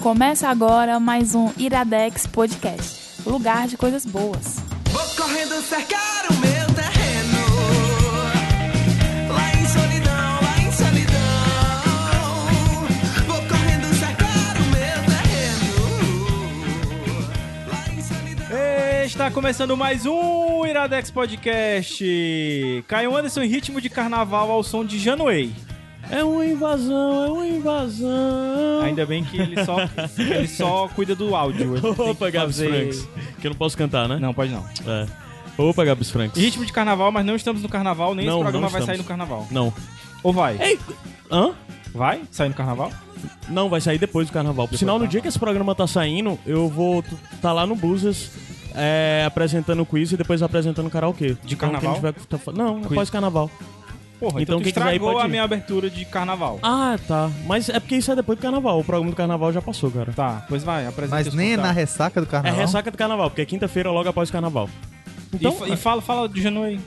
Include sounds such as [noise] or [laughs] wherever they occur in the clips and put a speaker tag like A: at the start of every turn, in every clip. A: Começa agora mais um Iradex Podcast lugar de coisas boas.
B: Vou correndo cercar o meu terreno. Lá em solidão, lá em solidão. Vou correndo cercar o meu terreno. Lá em solidão.
C: Está começando mais um Iradex Podcast. Caio Anderson em ritmo de carnaval ao som de Januei.
D: É uma invasão, é uma invasão.
C: Ainda bem que ele só, ele só cuida do áudio. ele tem que
D: Opa, Gabs
C: fazer-
D: Franks. Que eu não posso cantar, né?
C: Não, pode não.
D: É. Opa, Gabs Franks.
C: Ritmo de carnaval, mas não estamos no carnaval, nem
D: Não,
C: esse programa
D: não
C: vai sair no
D: estamos.
C: carnaval.
D: Não.
C: Ou vai?
D: Ei, hã?
C: Vai? Sair no carnaval?
D: Não, vai sair depois do carnaval. Por sinal,
C: do
D: no dia que esse programa tá saindo, eu vou t- tá lá no Busas é, apresentando o quiz e depois apresentando o karaokê.
C: De
D: Então,
C: carnaval?
D: quem tiver- tá fa- não,
C: Quiz.
D: após carnaval.
C: Porra, então,
D: Então
C: tu
D: quem quiser ir
C: estragou
D: pode
C: a
D: ir.
C: minha abertura de carnaval.
D: Ah, tá. Mas é porque isso é depois do carnaval. O programa do carnaval já passou, cara.
C: Tá, pois vai, apresenta
E: Mas
C: os
E: nem na
C: convidados.
E: ressaca do
D: É
E: carnaval.
D: ressaca do carnaval, porque é quinta-feira logo após o carnaval.
E: Então-
D: Então,
C: e, fa- e fala, fala de Januei.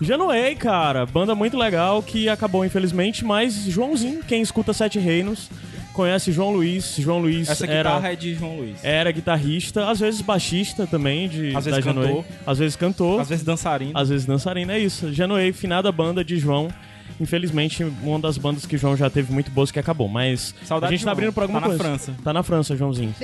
D: Genoei, cara, banda muito legal que acabou infelizmente, mas Joãozinho, quem escuta Sete Reinos, conhece João Luiz. João Luiz
C: Essa guitarra
D: era,
C: é de João Luiz.
D: era guitarrista, às vezes baixista também, de,
C: Às vezes
D: da Genoa.
C: cantor.
D: às vezes cantor,
C: Às vezes dançarino.
D: às vezes dançarino, é isso. Genoei, finada banda de João. Infelizmente, uma das bandas que João já teve muito boas que acabou, mas
C: Saudade
D: a gente
C: de
D: tá
C: João.
D: abrindo pra alguma
C: Tá na
D: coisa.
C: França.
D: Tá na França, Joãozinho.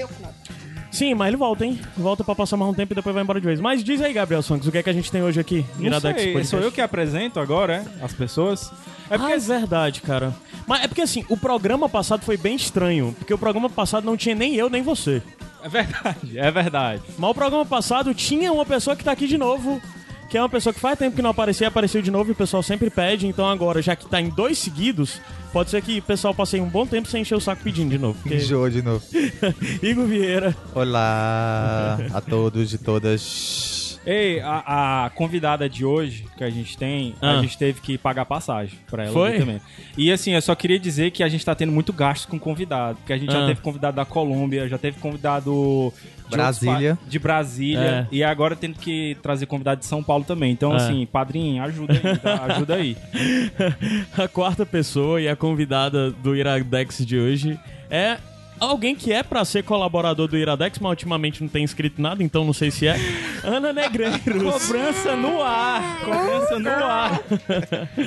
D: Sim, mas ele volta, hein? Volta pra passar mais um tempo e depois vai embora de vez. Mas diz aí, Gabriel Santos, o que é que a gente tem hoje aqui?
C: Não
D: Iradex
C: sei,
D: Podcast?
C: sou eu que apresento agora, é? As pessoas. É
D: É,
C: porque
D: ah, é verdade, cara. Mas é porque assim, o programa passado foi bem estranho, porque o programa passado não tinha nem eu nem você.
C: [laughs] É verdade, é verdade.
D: Mas o programa passado tinha uma pessoa que tá aqui de novo, que é uma pessoa que faz tempo que não aparecia, apareceu de novo e o pessoal sempre pede. Então agora, já que tá em dois seguidos, pode ser que o pessoal passe um bom tempo sem encher o saco pedindo de novo. porque-
E: [laughs] Enjoou de novo.
D: Igor Vieira.
E: Olá a todos e todas.
C: Ei, a, a convidada de hoje que a gente tem, a
D: Ah.
C: gente teve que pagar passagem pra ela
D: Foi?
C: aqui também. E assim, eu só queria dizer que a gente tá tendo muito gasto com convidado, porque a gente já
D: Ah.
C: teve convidado da Colômbia, já teve convidado de
E: Brasília.
C: outros pa- de Brasília
D: É.
C: e agora tendo que trazer convidado de São Paulo também. Então
D: É.
C: assim, padrinho, ajuda aí, tá? ajuda aí.
D: [laughs] a quarta pessoa e a convidada do Iradex de hoje é alguém que é pra ser colaborador do Iradex, mas ultimamente não tem escrito nada, então não sei se é. Ana [laughs] Negreiros.
C: Cobrança no ar, cobrança no ar.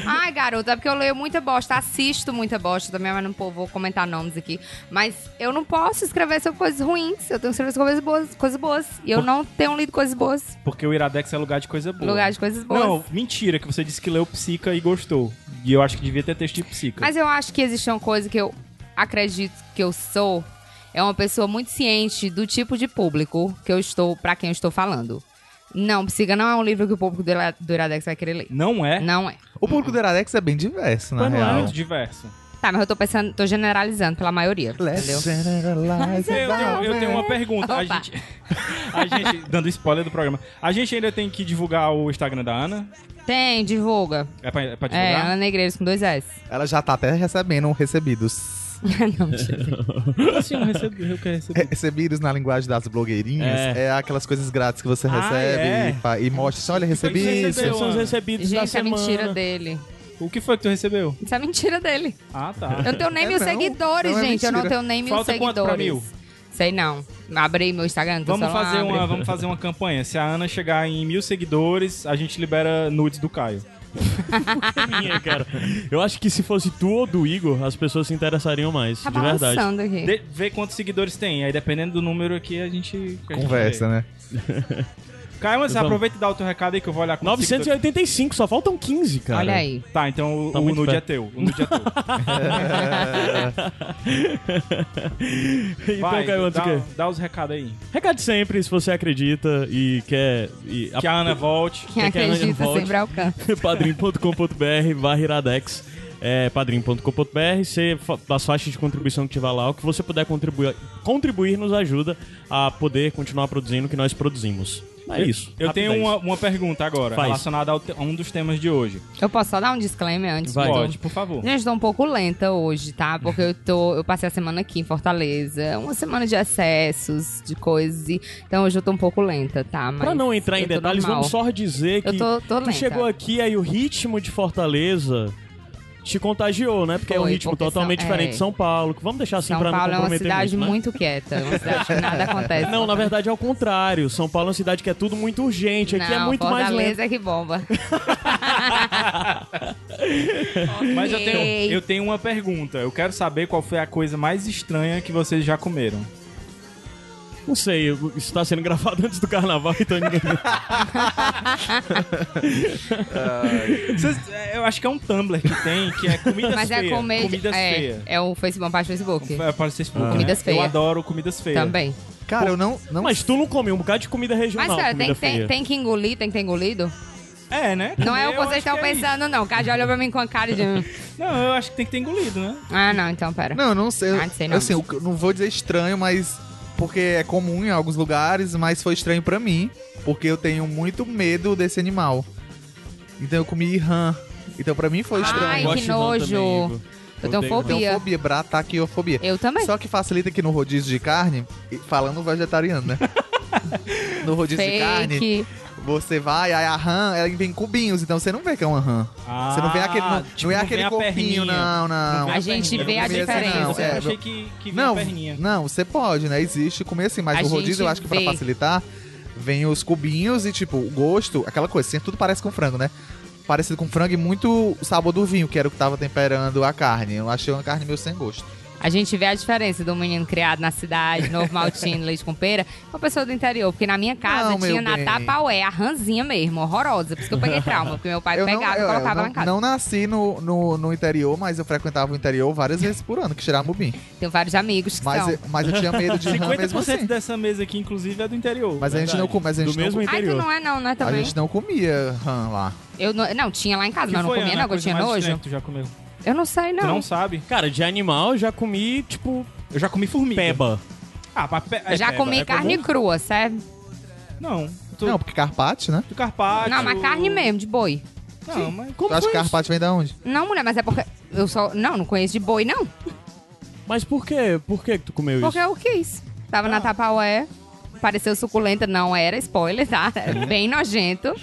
F: Ai, garota, é porque eu leio muita bosta, assisto muita bosta também, mas não pô, vou comentar nomes aqui. Mas eu não posso escrever sobre coisas ruins, eu tenho que escrever sobre coisas boas. Coisas boas e eu não tenho lido coisas boas,
C: Porque o Iradex é lugar de coisa boa.
F: lugar de coisas boas.
C: Não, mentira que você disse que leu Psica e gostou. E eu acho que devia ter texto de Psica.
F: Mas eu acho que existe uma coisa que eu acredito que eu sou. É uma pessoa muito ciente do tipo de público que eu estou, pra quem eu estou falando. Não, Psiga não é um livro que o público do Ira- do Iradex vai querer ler.
C: Não é?
F: Não é.
E: O público do Iradex é bem diverso, na
C: Mas não é
E: real.
C: muito diverso.
F: Tá, mas eu tô pensando, tô generalizando pela maioria. Entendeu?
E: Let's generalize
C: Eu, tenho- eu tenho uma pergunta. A
F: Opa.
C: gente, [laughs] a gente- dando spoiler do programa, a gente ainda tem que divulgar o Instagram da Ana.
F: Tem, divulga.
C: É pra, é pra
F: É,
C: divulgar?
F: Ana Negreiros com dois S.
E: Ela já tá até recebendo um recebidos. [laughs]
F: [laughs]
C: Assim, eu recebo, eu quero receber.
E: Re- Recebidos na linguagem das blogueirinhas é,
D: É.
E: aquelas coisas grátis que você
C: Ah,
E: recebe
C: é?
E: e fa- e, mostra assim, olha, recebi
C: Recebeu,
E: isso.
D: São os recebidos da
F: Gente, é
D: semana.
F: mentira dele.
C: O que foi que tu recebeu?
F: Isso é mentira dele.
C: Ah, tá.
F: Eu não tenho nem
E: É,
F: mil
E: não.
F: seguidores,
E: Não é
F: gente. eu não
E: mentira.
F: tenho nem mil
C: Falta quanto pra
F: seguidores. Sei não. Abri meu Instagram. que o
C: Vamos
F: celular
C: fazer,
F: abre.
C: uma, vamos fazer uma campanha. Se a Ana chegar em mil seguidores, a gente libera nudes do Caio.
D: Minha, cara. Eu acho que se fosse tu ou do Igor, as pessoas se interessariam mais,
F: Tá
D: de verdade.
F: balançando aqui.
C: De, vê quantos seguidores tem. Aí dependendo do número aqui, a gente. que a gente
E: Conversa, né?
C: vê. Caio, mas
D: Vamos.
C: aproveita e dá o teu recado aí que eu vou olhar quantos seguidores-
D: 985, só faltam 15, cara.
F: Olha aí.
C: Tá, então o-
D: Tá
C: o
D: muito
C: nude
D: perto.
C: é teu. O nude é
D: [laughs]
C: teu.
D: então,
C: Vai,
D: Caio, antes
C: dá, um.
D: o quê?
C: dá os recados aí.
D: Recado de sempre, se você acredita e quer. E
C: Que a Ana volte.
F: Quem
D: Quer que a Ana
F: acredita
D: volte?
F: sempre alcança.
D: [laughs] padrim.com.br barra iradex é, padrim.com.br você fa- das faixas de contribuição que tiver lá o que você puder contribuir contribuir nos ajuda a poder continuar produzindo o que nós produzimos é isso
C: Eu tenho
D: Rapidez.
C: uma, uma pergunta agora,
D: Faz.
C: relacionada ao te- a um dos temas de hoje.
F: Eu posso só dar um disclaimer antes?
D: Vai.
F: de tudo?
C: Pode, por favor.
F: Gente, tô um pouco lenta hoje, tá? Porque eu tô. Eu passei a semana aqui em Fortaleza. Uma semana de acessos, de coisas. e- Então hoje eu tô um pouco lenta, tá? Mas
D: Pra não entrar em
F: eu tô
D: detalhes,
F: normal.
D: vamos só dizer que
F: Eu tô- tô
D: tu
F: lenta.
D: chegou aqui aí o ritmo de Fortaleza te contagiou, né? Porque é um
F: Foi,
D: ritmo
F: porque são-
D: totalmente diferente
F: é.
D: de São Paulo. que Vamos deixar assim
F: São
D: pra
F: Paulo
D: não
F: é uma
D: comprometer
F: cidade
D: muito, né?
F: muito quieta. É uma cidade que nada acontece.
D: Não, na verdade é o contrário. São Paulo é uma cidade que é tudo muito urgente. Aqui é
F: Não,
D: muito mais lento.
F: Fortaleza é que bomba.
C: Mas eu tenho,
F: Ei.
C: eu tenho uma pergunta. Eu quero saber qual foi a coisa mais estranha que vocês já comeram.
D: Não sei, eu- isso tá sendo gravado [laughs] antes do carnaval, então ninguém.
C: Vocês- é, eu acho que é um Tumblr que tem, que é comidas
F: Mas é
C: feias.
F: comer.
C: Comidas
F: é,
C: feias.
F: é o Facebook, uma parte do Facebook.
C: É, parece que vocês explicam,
D: Comidas
C: né? Eu
F: feias.
C: adoro comidas feias.
F: Também.
E: Cara, eu não. não
D: Mas tu não come um bocado de comida
F: Mas,
D: regional.
F: cara, tem,
D: comida
F: tem,
D: feia.
F: tem que engolir, tem que ter engolido?
C: É, né?
F: Não
C: Comer,
F: é o que
C: eu
F: vocês
C: acho
F: estão
C: é isso.
F: pensando, não. O cara já olhou pra mim com a cara de.
C: Não, eu acho que tem que ter engolido, né?
F: Ah, não, então pera.
E: Não, eu não sei.
F: Ah, não sei não.
E: Assim, eu não vou dizer estranho, mas. Porque é comum em alguns lugares, mas foi estranho pra mim. Porque eu tenho muito medo desse animal. Então eu comi rã. Então pra mim foi
F: Ai,
E: estranho.
D: Eu
F: que
D: gosto de rã
F: nojo.
D: também, Igor.
F: Eu tenho
D: Odeio
F: Ah, fobia.
E: Então, fobia, brataquiofobia.
F: Eu também.
E: Só que facilita que no rodízio de carne, e- falando vegetariano,
F: [laughs]
E: né? no rodízio de carne,
F: Fake.
E: você vai, aí a rã, ela vem em cubinhos, então você não vê que é uma rã.
C: Ah,
E: Você não vê aquele, não,
C: tipo,
E: não é
C: vem
E: aquele
C: a
E: corpinho,
C: perninha.
E: não, não.
F: A gente vê a
E: Eu comecei,
F: diferença.
E: não,
C: Eu
E: é,
C: achei que, que vinha
E: Não,
C: a um perninha.
E: não, você pode, né? Existe comer assim, mas
F: A
E: no
F: gente
E: rodízio eu acho que pra
F: vê.
E: facilitar, vem os cubinhos e, tipo, o gosto, aquela coisa, assim, tudo parece com frango, né? Parecido com frango e muito sabor do vinho, que era o que tava temperando a carne. Eu achei uma carne meio sem gosto.
F: A gente vê a diferença do menino criado na cidade, novo maltino, leite com pera, com a pessoa do interior. Porque na minha casa
E: Não, meu
F: tinha na
E: bem.
F: tapaué, a ranzinha mesmo, horrorosa. Por isso que eu peguei trauma, porque meu pai
E: eu
F: pegava
E: eu-
F: e
E: eu
F: colocava
E: não,
F: lá em casa.
E: não nasci no, no, no interior, mas eu frequentava o interior várias vezes por ano, que Xeramubim.
F: Tenho vários amigos que
E: Mas, é
F: são.
E: eu- mas eu tinha medo de rã
C: 50%
E: mesmo assim.
C: dessa mesa aqui, inclusive, é do interior.
E: Mas a gente não comia. Mas a
D: Do
E: gente não,
D: mesmo
E: co-
F: Ai, tu
D: interior.
F: não é não, né,
E: a
F: também?
E: gente tá- não comia rã lá.
F: Eu não, não, tinha lá em casa,
C: Que
F: mas eu não
C: foi,
F: comia
C: Ana, a
F: não, que eu
C: coisa
F: tinha
C: mais
F: nojo.
C: estranha que Tu já comeu?
F: Eu não sei,
C: Tu
F: não.
C: não sabe?
D: Cara, de animal eu já comi, tipo,
C: Eu já comi formiga.
D: peba.
C: Ah, mas pe... é
F: Eu já
C: peba,
F: comi
C: é
F: carne
C: comum?
F: crua, serve?
C: Não. Tu...
E: Não, porque carpaccio, né?
C: Do carpaccio.
F: Não, mas carne mesmo, de boi.
C: Não, mas...
E: Tu
D: Como
E: acha
D: foi
E: que é
D: isso?
E: carpaccio vem da onde?
F: Não, mulher, mas é porque eu só... Não, não conheço de boi, não.
D: Mas por quê? Por que que tu comeu
F: Porque
D: isso?
F: eu quis. Tava na Tapaué, pareceu suculenta, não era, spoiler, tá?
E: É.
F: Era [laughs] bem nojento.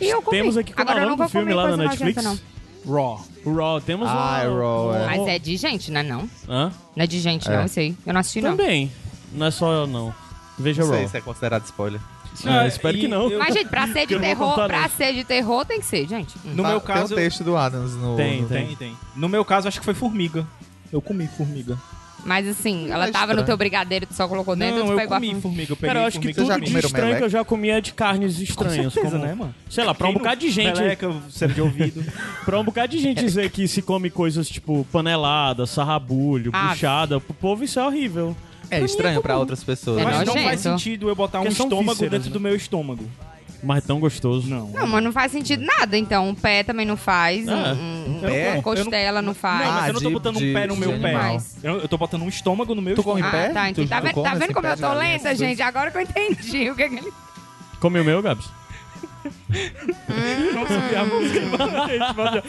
F: E eu comi.
D: Temos aqui como
F: Agora
D: é
F: eu
D: o nome
F: nunca
D: do filme
F: comi
D: lá
F: coisa
D: da Netflix?
F: nojenta,
C: Raw.
D: Raw, temos lá.
E: Ah, é Raw, é.
F: não. Mas é de gente, né, não?
D: Hã?
F: Não é de gente,
E: É.
F: não, isso aí. Eu não assisti, não.
D: Também. Não é só eu, não. Veja
E: Não
D: Raw.
E: sei se é considerado spoiler.
D: Ah, espero
C: e
D: que não.
C: eu-
F: Mas, gente, pra ser
D: Porque eu
F: de
D: não vou
F: terror,
D: contar, não.
F: pra ser de terror tem que ser, gente. Hum.
C: No
E: Tá-
C: meu caso...
E: Tem um texto do Adams no...
D: Tem,
E: no-
C: Tem, tem. No meu caso, acho que foi formiga. Eu comi formiga.
F: Mas assim, ela
E: é
F: tava no
E: estranho.
F: teu brigadeiro, tu só colocou dentro
C: não,
F: e tu
C: eu
F: pegou
C: comi
F: a...
C: formiga. Eu peguei
D: Cara, eu acho que
C: formiga.
E: Vocês já
D: tudo de
E: comeram
D: estranho
E: meleca?
D: que eu já comi é de carnes estranhas.
C: Certeza,
D: como-
C: né, mano?
D: Sei lá, pra um
C: Quem
D: bocado
C: não-
D: de gente.
C: Meleca, sério é de ouvido.
D: Pra um bocado de gente dizer que se come coisas tipo panelada, sarrabulho,
F: Ah.
D: buchada, pro povo isso é horrível.
E: É estranho pra outras pessoas.
F: É
E: né?
C: Mas não
F: nojento.
C: faz sentido eu botar um
D: Porque são
C: estômago
D: vísceras,
C: dentro
D: né?
C: do meu estômago.
D: Mas tão gostoso.
C: Não.
F: Não, mas não faz sentido nada, então. Um pé também não faz, um-
D: Ah,
F: um-
E: pé?
F: uma costela não, faz.
C: Não, mas
E: Ah,
C: eu não tô
E: de-
C: botando um
E: de-
C: pé no
E: de
C: meu pé.
F: animal.
C: Eu, eu tô botando um estômago no meu
E: Tu
C: estômago.
E: come pé?
F: Ah, tá,
E: Tu-
F: entendi. Tá,
E: tu
F: vendo-
E: come
F: tá
E: esse
F: vendo como
E: pé
F: eu
E: de
F: tô
E: galinha,
F: lenta,
E: essas
F: gente? Agora que eu entendi o que é que ele...
D: Come o meu, Gabs?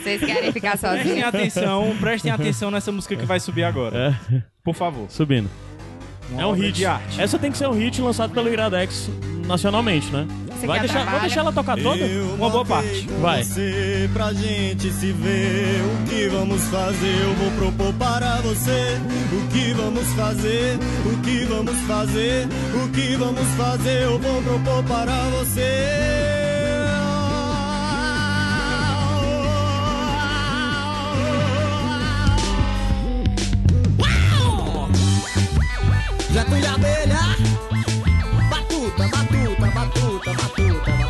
F: Vocês querem ficar
C: Prestem
F: sozinhos?
C: atenção, prestem atenção nessa música que vai subir agora.
D: É,
C: Por favor.
D: subindo.
C: Uma
D: é um
C: obra
D: hit.
C: de arte.
D: Essa tem que ser um hit lançado pelo Iradex nacionalmente, né?
F: Você
D: Vai
F: quer
D: deixar, vamos
F: trabalho?
D: deixar ela tocar toda?
C: Uma boa parte.
D: Vai.
G: você pra gente se ver. O que vamos fazer? Eu vou propor para você. O que vamos fazer? O que vamos fazer? O que vamos fazer? Eu vou propor para você. Já tem abelha, batuta, batuta, batuta, batuta. batuta.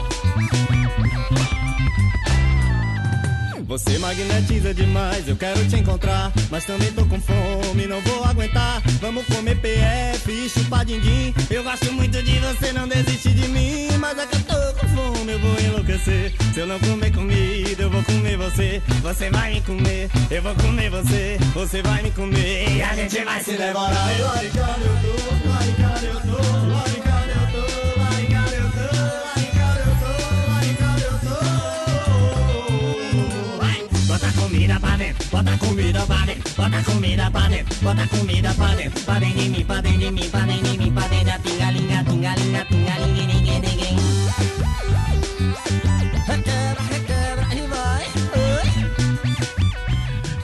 G: Você magnetiza demais, eu quero te encontrar. Mas também tô com fome, não vou aguentar. Vamos comer PF e chupar dindim. Eu gosto muito de você, não desiste de mim. Mas é que eu tô com fome, eu vou enlouquecer. Se eu não comer comida, eu vou comer você. Você vai me comer, eu vou comer você. Você vai me comer e a gente vai se devorar. E laricada eu tô, laricada eu tô, laricada eu tô, laricada eu tô, laricada eu tô, laricada eu tô. Vai, Bota comida pra dentro, bota comida pra dentro, bota comida pra dentro, bota comida pra dentro, pra dentro de mim, pra dentro de mim, pra dentro de mim, pra dentro da pingalinha, pingalinha, pingalinha, ninguém, ninguém. Requebra, requebra e vai.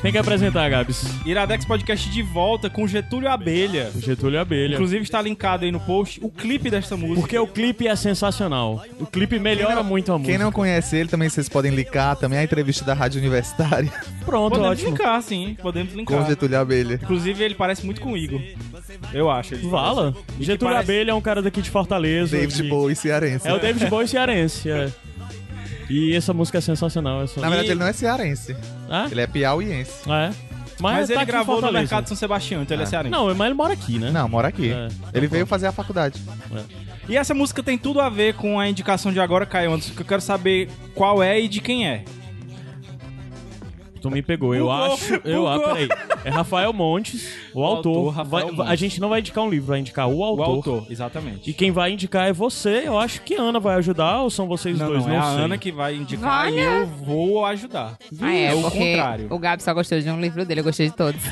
G: Oi.
D: que apresentar, Gabs.
C: É Iradex Podcast de volta com Getúlio Abelha.
D: O Getúlio Abelha.
C: Inclusive está linkado aí no post o clipe desta música.
D: Porque o clipe é sensacional. O clipe melhora muito a música.
E: Quem não conhece ele também vocês podem linkar, também a entrevista da Rádio Universitária [laughs]
D: Pronto,
C: podemos
D: é ótimo.
C: linkar, sim. Podemos linkar.
E: com o Getúlio Abelha.
C: Inclusive, ele parece muito com o Igor. Eu acho. ele-
D: Vala.
C: E que
D: Getúlio
C: parece-
D: Abelha é um cara daqui de Fortaleza.
E: David
D: que-
E: Bowie cearense.
D: É o David Bowie cearense. é. E essa música é sensacional. Essa...
E: Na verdade, ele não é cearense.
D: Ah,
E: Ele é piauiense.
D: é. Mas,
C: Mas
D: tá
C: ele
D: aqui em
C: gravou no
D: Fortaleza. Ah.
C: Mercado São Sebastião, então ele é cearense.
D: Não, mas ele mora aqui, né?
E: Não, mora aqui.
D: É.
E: ele veio fazer a faculdade.
C: E essa música tem tudo a ver com a indicação de agora, Caio Anderson, que eu quero saber qual é e de quem é.
D: Tu me pegou. Eu
C: Bugou,
D: acho. Eu, ah,
C: bugou.
D: peraí. É Rafael Montes, o, autor.
C: autor, Rafael
D: Vai-
C: Montes.
D: A gente não vai indicar um livro, vai indicar o
C: O
D: autor.
C: autor, exatamente.
D: E quem vai indicar é você. Eu acho que a Ana vai ajudar ou são vocês
C: Não,
D: dois?
C: não, é a
D: sei.
C: Ana que vai indicar
F: Olha.
C: e eu vou ajudar.
F: Ah, é,
C: o
F: porque
C: contrário.
F: o Gabi só gostou de um livro dele, eu gostei de todos.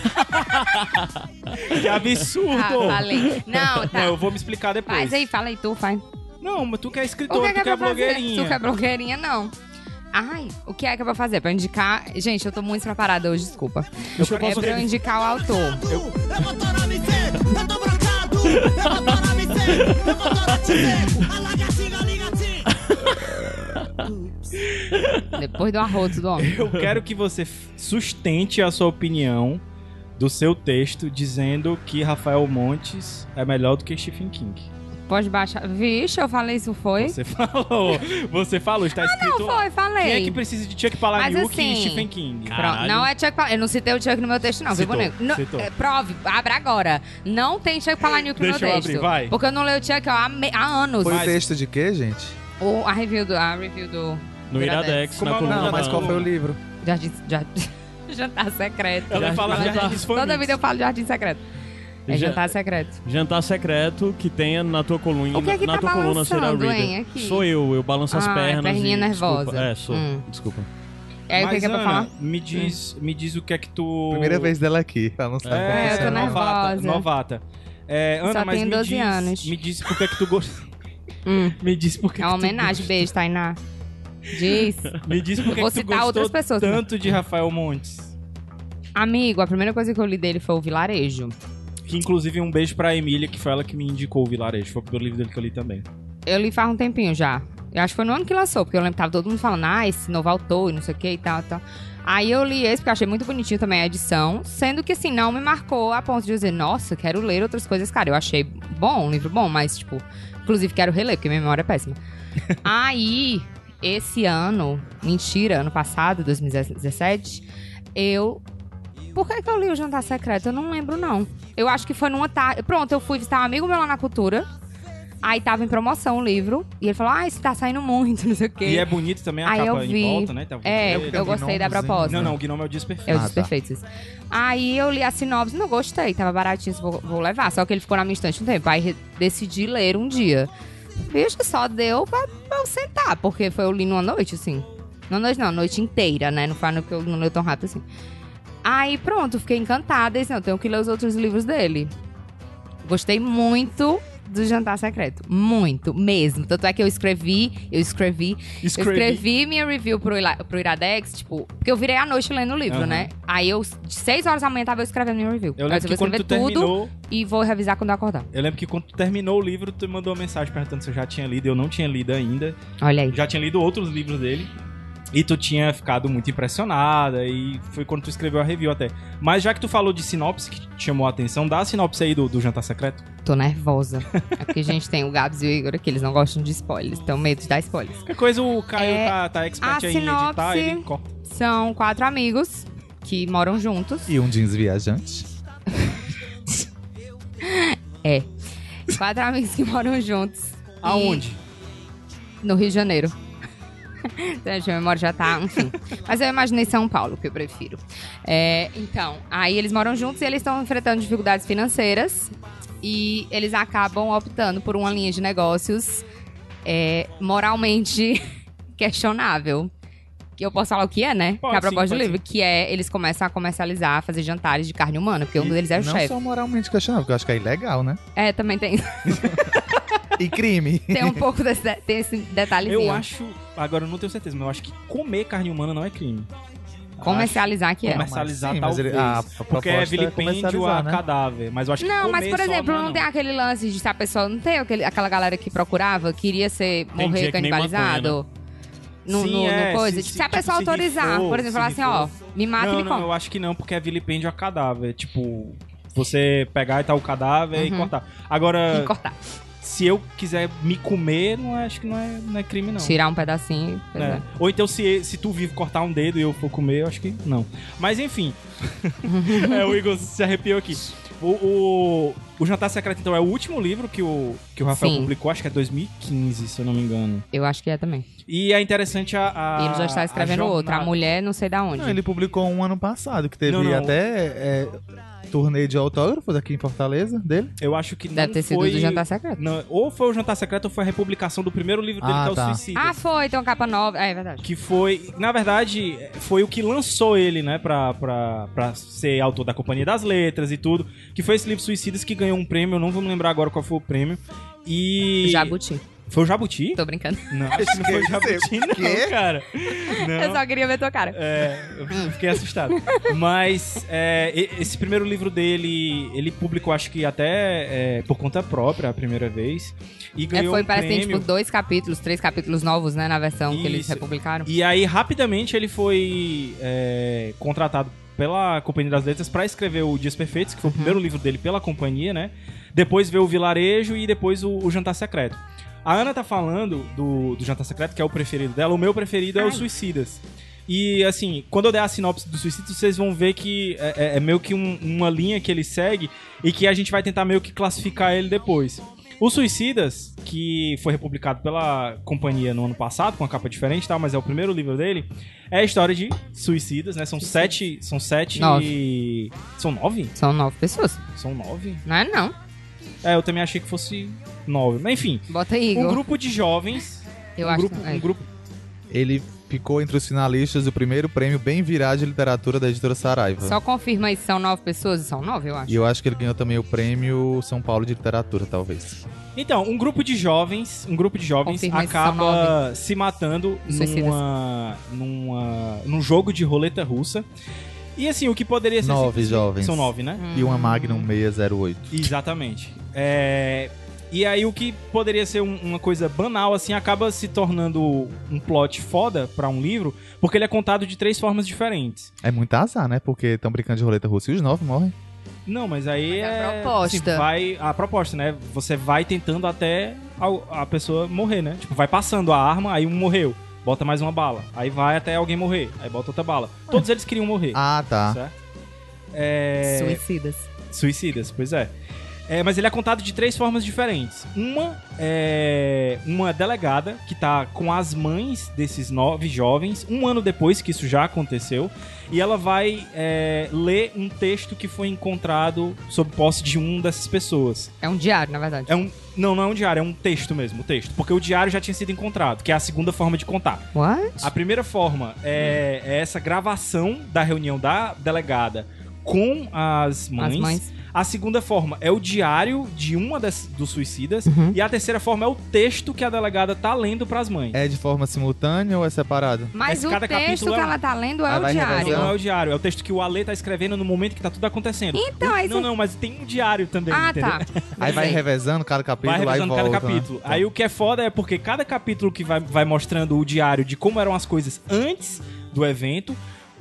C: Que absurdo!
F: Ah, falei.
C: [laughs]
F: Não,
C: Não,
F: tá.
C: eu vou me explicar depois.
F: Faz aí, fala aí tu, faz.
C: Não, mas tu que é
F: O
C: escritor,
F: que é que
C: tu
F: é
C: que é
F: pra fazer?
C: blogueirinha.
F: Tu que é blogueirinha, não. Ai, o que é que é pra fazer? Pra indicar... Gente, eu tô muito preparada hoje, desculpa.
D: Deixa eu
F: É
D: posso-
F: pra eu indicar o autor.
G: Eu vou torar me seco, eu tô brotado. Eu vou torar me seco, eu vou torar te seco. A lagartiga liga-te.
F: Depois do arroto do homem.
C: Eu quero que você f- sustente a sua opinião do seu texto dizendo que Rafael Montes é melhor do que Stephen King.
F: Pode baixar. Vixe, eu falei isso, foi?
C: Você [laughs] falou, você falou, está escrito.
F: Ah, Não, foi, falei.
C: Quem é que precisa de Chuck Palahniuk
F: Mas assim-
C: e Stephen King?
D: Cara,
F: Pronto,
D: Caralho.
F: não é Chuck Palahniuk. Eu não citei o Chuck no meu texto, não, viu,
D: Citou,
F: boneco? Não,
D: citou.
F: é, prove, abre agora. Não tem Chuck Palahniuk no meu
C: Deixa eu
F: texto.
C: abrir, vai.
F: Porque eu não leio o Chuck ó, há, me- há anos.
E: Foi
C: Mas-
E: o texto de quê, gente?
F: O, a review do... A review do...
D: No Iradex,
C: Como
D: na
C: é o nome
D: coluna
E: Não,
C: da-
E: mas
D: da
E: qual
D: Ana.
E: foi o livro?
F: Jardim... jardim [laughs] jantar secreto.
C: Ela
D: Já-
C: fala
D: já-
C: de Jardins
F: Toda
C: Famintos.
F: vida eu falo jardim secreto. É
D: Já-
F: jantar secreto.
D: Jantar secreto que tenha na tua coluna.
F: O que é que
D: na
F: tá
D: tua coluna será
F: balançando,
D: reader.
F: hein, aqui?
D: Sou eu, eu balanço as
F: Ah, é
D: pernas.
F: perninha
D: e-
F: nervosa.
D: Desculpa. É, sou.
F: Hum.
D: Desculpa.
F: E aí, o que é
C: Mas,
F: que é pra
C: Ana,
F: falar?
C: me diz, me diz o que é que tu.
E: Primeira vez tá dela aqui. Ela não sabe como
C: É,
F: eu tô
E: funciona.
C: novata.
F: nervosa.
C: novata. É, Ana,
F: Só
C: mas
F: tenho
C: me
F: 12
C: diz,
F: anos.
C: Me diz por que é que tu gostou.
F: Hum.
C: [laughs] Me diz por que
F: É
C: que
F: uma
C: tu
F: homenagem. Beijo, Tainá. Diz.
C: Me diz por que
F: Vou
C: que tu
F: citar
C: gostou
F: outras pessoas, né?
C: tanto de Rafael Montes.
F: Amigo, a primeira coisa que eu li dele foi o Vilarejo.
C: Que inclusive um beijo pra Emília, que foi ela que me indicou o Vilarejo. Foi o primeiro livro dele que eu li também.
F: Eu li faz um tempinho já. Eu acho que foi no ano que lançou, porque eu lembro que tava todo mundo falando, ah, esse novo autor e não sei o que e tal, tal. Aí eu li esse, porque eu achei muito bonitinho também a edição. Sendo que, assim, não me marcou a ponto de eu dizer, nossa, quero ler outras coisas, cara. Eu achei bom, um livro bom, mas, tipo, inclusive quero reler, porque minha memória
C: [laughs]
F: é péssima. Aí, esse ano, mentira, ano passado, 2017, eu. Por que, que eu li o Jantar Secreto? Eu não lembro, não. Eu acho que foi numa tarde. Pronto, eu fui visitar um amigo meu lá na cultura. Aí tava em promoção o livro. E ele falou: Ah, isso tá saindo muito, [laughs] não sei o quê.
C: E é bonito também a
F: Aí Ah, eu
C: capa
F: vi.
C: em volta, né? Tá
F: É,
C: bonito.
F: eu gostei da
E: gnomozinho.
F: proposta.
C: Não, não, o Gnome é o Dias Perfeito.
F: Eu
E: Ah,
F: disse
E: tá.
F: perfeito isso. Aí eu li a sinopse, não gostei, tava baratinho, vou, vou levar. Só que ele ficou na minha estante um tempo. Aí re- decidi ler um dia. Veja, só deu pra, pra eu sentar, porque foi eu li numa noite, assim. Numa noite não, a noite inteira, né? Não faz porque eu não leio tão rápido assim. Aí pronto, fiquei encantada. E disse, não, tenho que ler os outros livros dele. Gostei muito do Jantar Secreto. Muito, mesmo. Tanto é que eu escrevi, eu escrevi eu escrevi minha review pro, Ila- pro Iradex, tipo, porque eu virei à noite lendo o livro,
C: Aham.
F: né? Aí eu, de 6 horas da manhã, tava eu escrevendo minha review.
C: Eu
F: Aí
C: lembro
F: disse,
C: que
F: vou
C: quando tu
F: escrever tudo
C: terminou,
F: e vou revisar quando eu acordar.
C: eu lembro que quando tu terminou o livro, tu me mandou uma mensagem perguntando se eu já tinha lido, eu não tinha lido ainda.
F: Olha aí.
C: Já tinha lido outros livros dele. E tu tinha ficado muito impressionada, e foi quando tu escreveu a review até. Mas já que tu falou de sinopse, que te chamou a atenção, dá a sinopse aí do, do Jantar Secreto.
F: Tô nervosa. É porque a gente tem o Gabs e o Igor aqui, eles não gostam de spoilers, tenho medo de dar spoilers.
C: Qualquer coisa o Caio
F: É,
C: tá, tá expert
F: a
C: aí em editar,
F: sinopse-
C: ele corta.
F: São quatro amigos que moram juntos.
E: E um jeans viajante?
F: Quatro amigos que moram juntos.
C: Aonde?
F: No Rio de Janeiro. [laughs] Então, Gente, minha memória já tá, enfim. Mas eu imaginei São Paulo, que eu prefiro. É, então, aí eles moram juntos e eles estão enfrentando dificuldades financeiras. E eles acabam optando por uma linha de negócios é, moralmente [laughs] questionável. Que eu posso falar o que é, né?
C: Pode
F: que é a
C: sim,
F: proposta do
C: pode
F: livro. Que é, eles começam a comercializar, a fazer jantares de carne humana. Porque um
E: E
F: deles é o
E: não
F: chefe.
E: só moralmente questionável, porque eu acho que é ilegal, né?
F: É, também tem,
E: E crime.
F: tem
C: [laughs]
F: um pouco desse, de- tem esse detalhezinho.
C: Eu acho, agora eu não tenho certeza, mas eu acho que comer carne humana não é crime.
F: Comercializar que é.
E: Comer-
C: Comercializar
E: Sim, mas
C: talvez.
E: ele- a- a
C: porque
E: proposta
C: é
E: é
C: vilipêndio
E: comercializar,
C: a
E: né?
C: cadáver. Mas eu acho que
F: Não,
C: comer
F: mas por
C: só
F: exemplo, não,
C: não.
F: tem aquele lance de estar pessoal, não tem aquele- aquela galera que procurava, queria ser,
D: dia
C: é
F: morrer
D: que nem
F: canibalizado? No,
C: Sim,
F: no- no
C: é,
F: coisa.
C: se-
F: tipo,
C: se-
F: se a
C: tipo,
F: pessoa
C: se
F: autorizar,
C: rifou,
F: por
C: se
F: exemplo, falar assim, ó, me mata e
C: Não,
F: me
C: não,
F: come.
C: eu acho que não, porque é vilipêndio a cadáver. Tipo, você pegar e tal o cadáver e cortar. Agora,
F: Uhum. E cortar.
C: se eu quiser me comer, não é- acho que não é, não é crime, não.
F: Tirar um pedacinho. e-
C: É. Ou então, se, se tu vive cortar um dedo e eu for comer, eu acho que não. Mas
F: [laughs]
C: enfim. [laughs] É, o Igor se arrepiou aqui. O, o, o Jantar Secreto, então, é o último livro que o, que o Rafael
F: Sim.
C: publicou, acho que é 2015, se eu não me engano.
F: Eu acho que é também.
C: E é interessante a. a
F: e ele já está
C: Ah, a
F: escrevendo outro. A
C: jornada.
F: mulher, não sei da onde.
E: Não, ele publicou um ano passado, que teve
C: Não, não.
E: até é, turnê de autógrafos aqui em Fortaleza dele.
C: Eu acho que
F: Deve
C: não
F: ter sido
C: foi...
F: do Jantar Secreto.
C: Não, ou foi o Jantar Secreto ou foi a republicação do primeiro livro dele,
E: Ah,
C: que é o
E: tá.
C: Suicida.
F: Ah, foi, tem uma capa nova. É, é verdade.
C: Que foi, na verdade, foi o que lançou ele, né, pra, pra, pra ser autor da Companhia das Letras e tudo. Que foi esse livro Suicidas que ganhou um prêmio, eu não vou me lembrar agora qual foi o prêmio. E.
F: Jabuti.
C: Foi o Jabuti?
F: Tô brincando.
C: Não, acho que não foi o Jabuti, não,
E: Quê?
C: cara.
F: Eu
C: Não.
F: só queria ver tua cara.
C: É, eu fiquei assustado. Mas é, e- esse primeiro livro dele, ele publicou, acho que até é, por conta própria, a primeira vez. E
F: É,
C: ganhou
F: foi,
C: um
F: parece que tem,
C: prêmio.
F: tipo, dois capítulos, três capítulos novos, né, na versão que eles
C: Isso.
F: republicaram.
C: E aí, rapidamente, ele foi é, contratado pela Companhia das Letras pra escrever o Dias Perfeitos, que foi o primeiro livro dele pela companhia, né? Depois veio o Vilarejo e depois o, o Jantar Secreto. A Ana tá falando do, do Jantar Secreto, que é o preferido dela. O meu preferido é o
F: Ai.
C: Suicidas. E, assim, quando eu der a sinopse do Suicídio, vocês vão ver que é, é- é meio que um- uma linha que ele segue e que a gente vai tentar meio que classificar ele depois. O Suicidas, que foi republicado pela companhia no ano passado, com a capa diferente e tal, mas é o primeiro livro dele, é a história de suicidas, né? São sete. São sete. São nove?
F: São nove pessoas.
C: São nove?
F: Não é não.
C: É, eu também achei que fosse nove. Mas enfim,
F: Bota aí, Igor.
C: um grupo de jovens.
F: Eu
C: um
F: acho
C: grupo,
F: que-
C: um
F: é.
C: grupo
E: Ele ficou entre os finalistas do primeiro prêmio Bem Virar de Literatura da editora Saraiva.
F: Só confirma aí se são nove pessoas. São nove, eu acho.
E: E eu acho que ele ganhou também o prêmio São Paulo de Literatura, talvez.
C: Então, um grupo de jovens, um grupo de jovens
F: Confirma esse São
C: acaba se matando
F: Suicidas.
C: numa, numa, num jogo de roleta russa. E assim, o que poderia ser
E: Nove
C: simplesmente-
E: jovens.
C: São nove, né?
E: E uma Magnum 608.
C: Exatamente. É, E aí o que poderia ser um- uma coisa banal, assim, acaba se tornando um plot foda pra um livro, porque ele é contado de três formas diferentes.
E: É muito azar, né? Porque estão brincando de roleta russa e os nove morrem.
C: Não, mas aí
F: Mas a
C: é...
F: proposta.
C: assim, vai, a proposta, né? Você vai tentando até a, a pessoa morrer, né? Tipo, vai passando a arma, aí um morreu. Bota mais uma bala. Aí vai até alguém morrer. Aí bota outra bala. Todos eles queriam morrer.
E: Ah, tá.
C: certo? É...
F: Suicidas.
C: Suicidas, pois é. É, mas ele é contado de três formas diferentes. Uma é uma delegada que tá com as mães desses nove jovens, um ano depois que isso já aconteceu, e ela vai é, ler um texto que foi encontrado sob posse de um dessas pessoas.
F: É um diário, na verdade.
C: É um. Não, não é um diário, é um texto mesmo, o texto. Porque o diário já tinha sido encontrado, que é a segunda forma de contar.
F: What?
C: A primeira forma é, é essa gravação da reunião da delegada com
F: As mães.
C: a segunda forma é o diário de uma das, dos suicidas.
F: Uhum.
C: E a terceira forma é o texto que a delegada tá lendo pras mães.
E: É de forma simultânea ou é separado?
F: Mas
C: Mas
F: o
C: cada
F: texto
C: capítulo
F: que
C: é um.
F: ela tá lendo é
E: Ela
F: o
E: vai
C: Não,
F: diário.
E: revezando.
C: não é o diário, é o texto que o Ale tá escrevendo no momento que tá tudo acontecendo.
F: Então, aí
C: não,
F: você...
C: não, mas tem um diário também,
F: Ah,
C: entendeu?
F: tá.
E: Aí vai
F: Sei.
E: revezando cada capítulo,
C: Vai revisando
E: aí volta.
C: cada capítulo.
E: né?
C: Aí o que é foda é porque cada capítulo que vai, vai mostrando o diário de como eram as coisas antes do evento,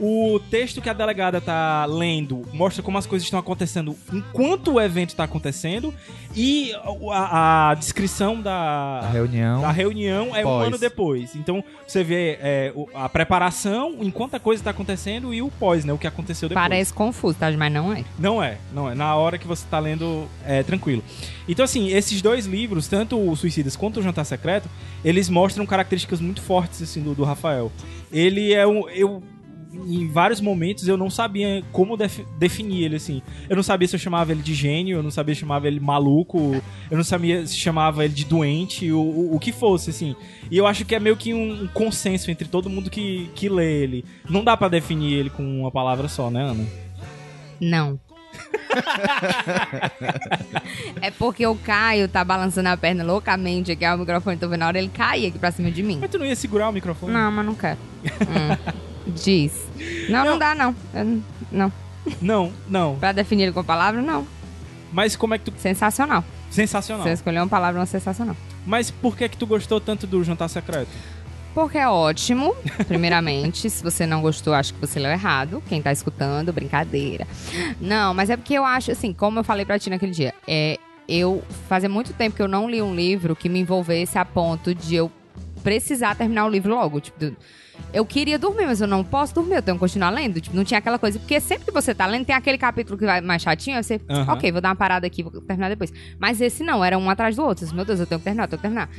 C: o texto que a delegada tá lendo mostra como as coisas estão acontecendo enquanto o evento tá acontecendo e a, a descrição
E: A
C: da,
E: reunião.
C: A reunião é um
E: Pós.
C: ano depois. Então, você vê é, o- a preparação, enquanto a coisa tá acontecendo, e o pós, né? O que aconteceu depois.
F: Parece confuso, tá? Mas não é.
C: Não é, não é. Na hora que você tá lendo, é tranquilo. Então, assim, esses dois livros, tanto o Suicidas quanto o Jantar Secreto, eles mostram características muito fortes, assim, do, do Rafael. Ele é um... Eu, em vários momentos eu não sabia como def- definir ele, assim. Eu não sabia se eu chamava ele de gênio, eu não sabia se eu chamava ele maluco, eu não sabia se chamava ele de doente, o, o, o que fosse, assim. E eu acho que é meio que um, um consenso entre todo mundo que, que lê ele. Não dá pra definir ele com uma palavra só, né, Ana?
F: Não. é porque o Caio tá balançando a perna loucamente aqui, ó, o microfone, tô vendo a hora ele cair aqui pra cima de mim.
C: Mas tu não ia segurar o microfone?
F: Não, mas não quero. Hum.
C: [laughs]
F: Diz. Não, não dá, não. Eu n- Não.
C: Não, não.
F: Pra definir ele com a palavra, não.
C: Mas como é que tu.
F: Sensacional.
C: Sensacional.
F: Se eu escolher uma palavra, uma sensacional.
C: Mas por que é que tu gostou tanto do Jantar Secreto?
F: Porque é ótimo, primeiramente. se você não gostou, acho que você leu errado. Quem tá escutando, brincadeira. Não, mas é porque eu acho, assim, como eu falei pra ti naquele dia, é, eu fazia muito tempo que eu não li um livro que me envolvesse a ponto de eu precisar terminar o livro logo. Tipo, do- eu queria dormir, mas eu não posso dormir, eu tenho que continuar lendo. Tipo, não tinha aquela coisa. Porque sempre que você tá lendo, tem aquele capítulo que vai mais chatinho, aí você,
C: Aham.
F: ok, vou dar uma parada aqui, vou terminar depois. Mas esse não, era um atrás do outro. Eu disse, Meu Deus, eu tenho que terminar, eu tenho que terminar.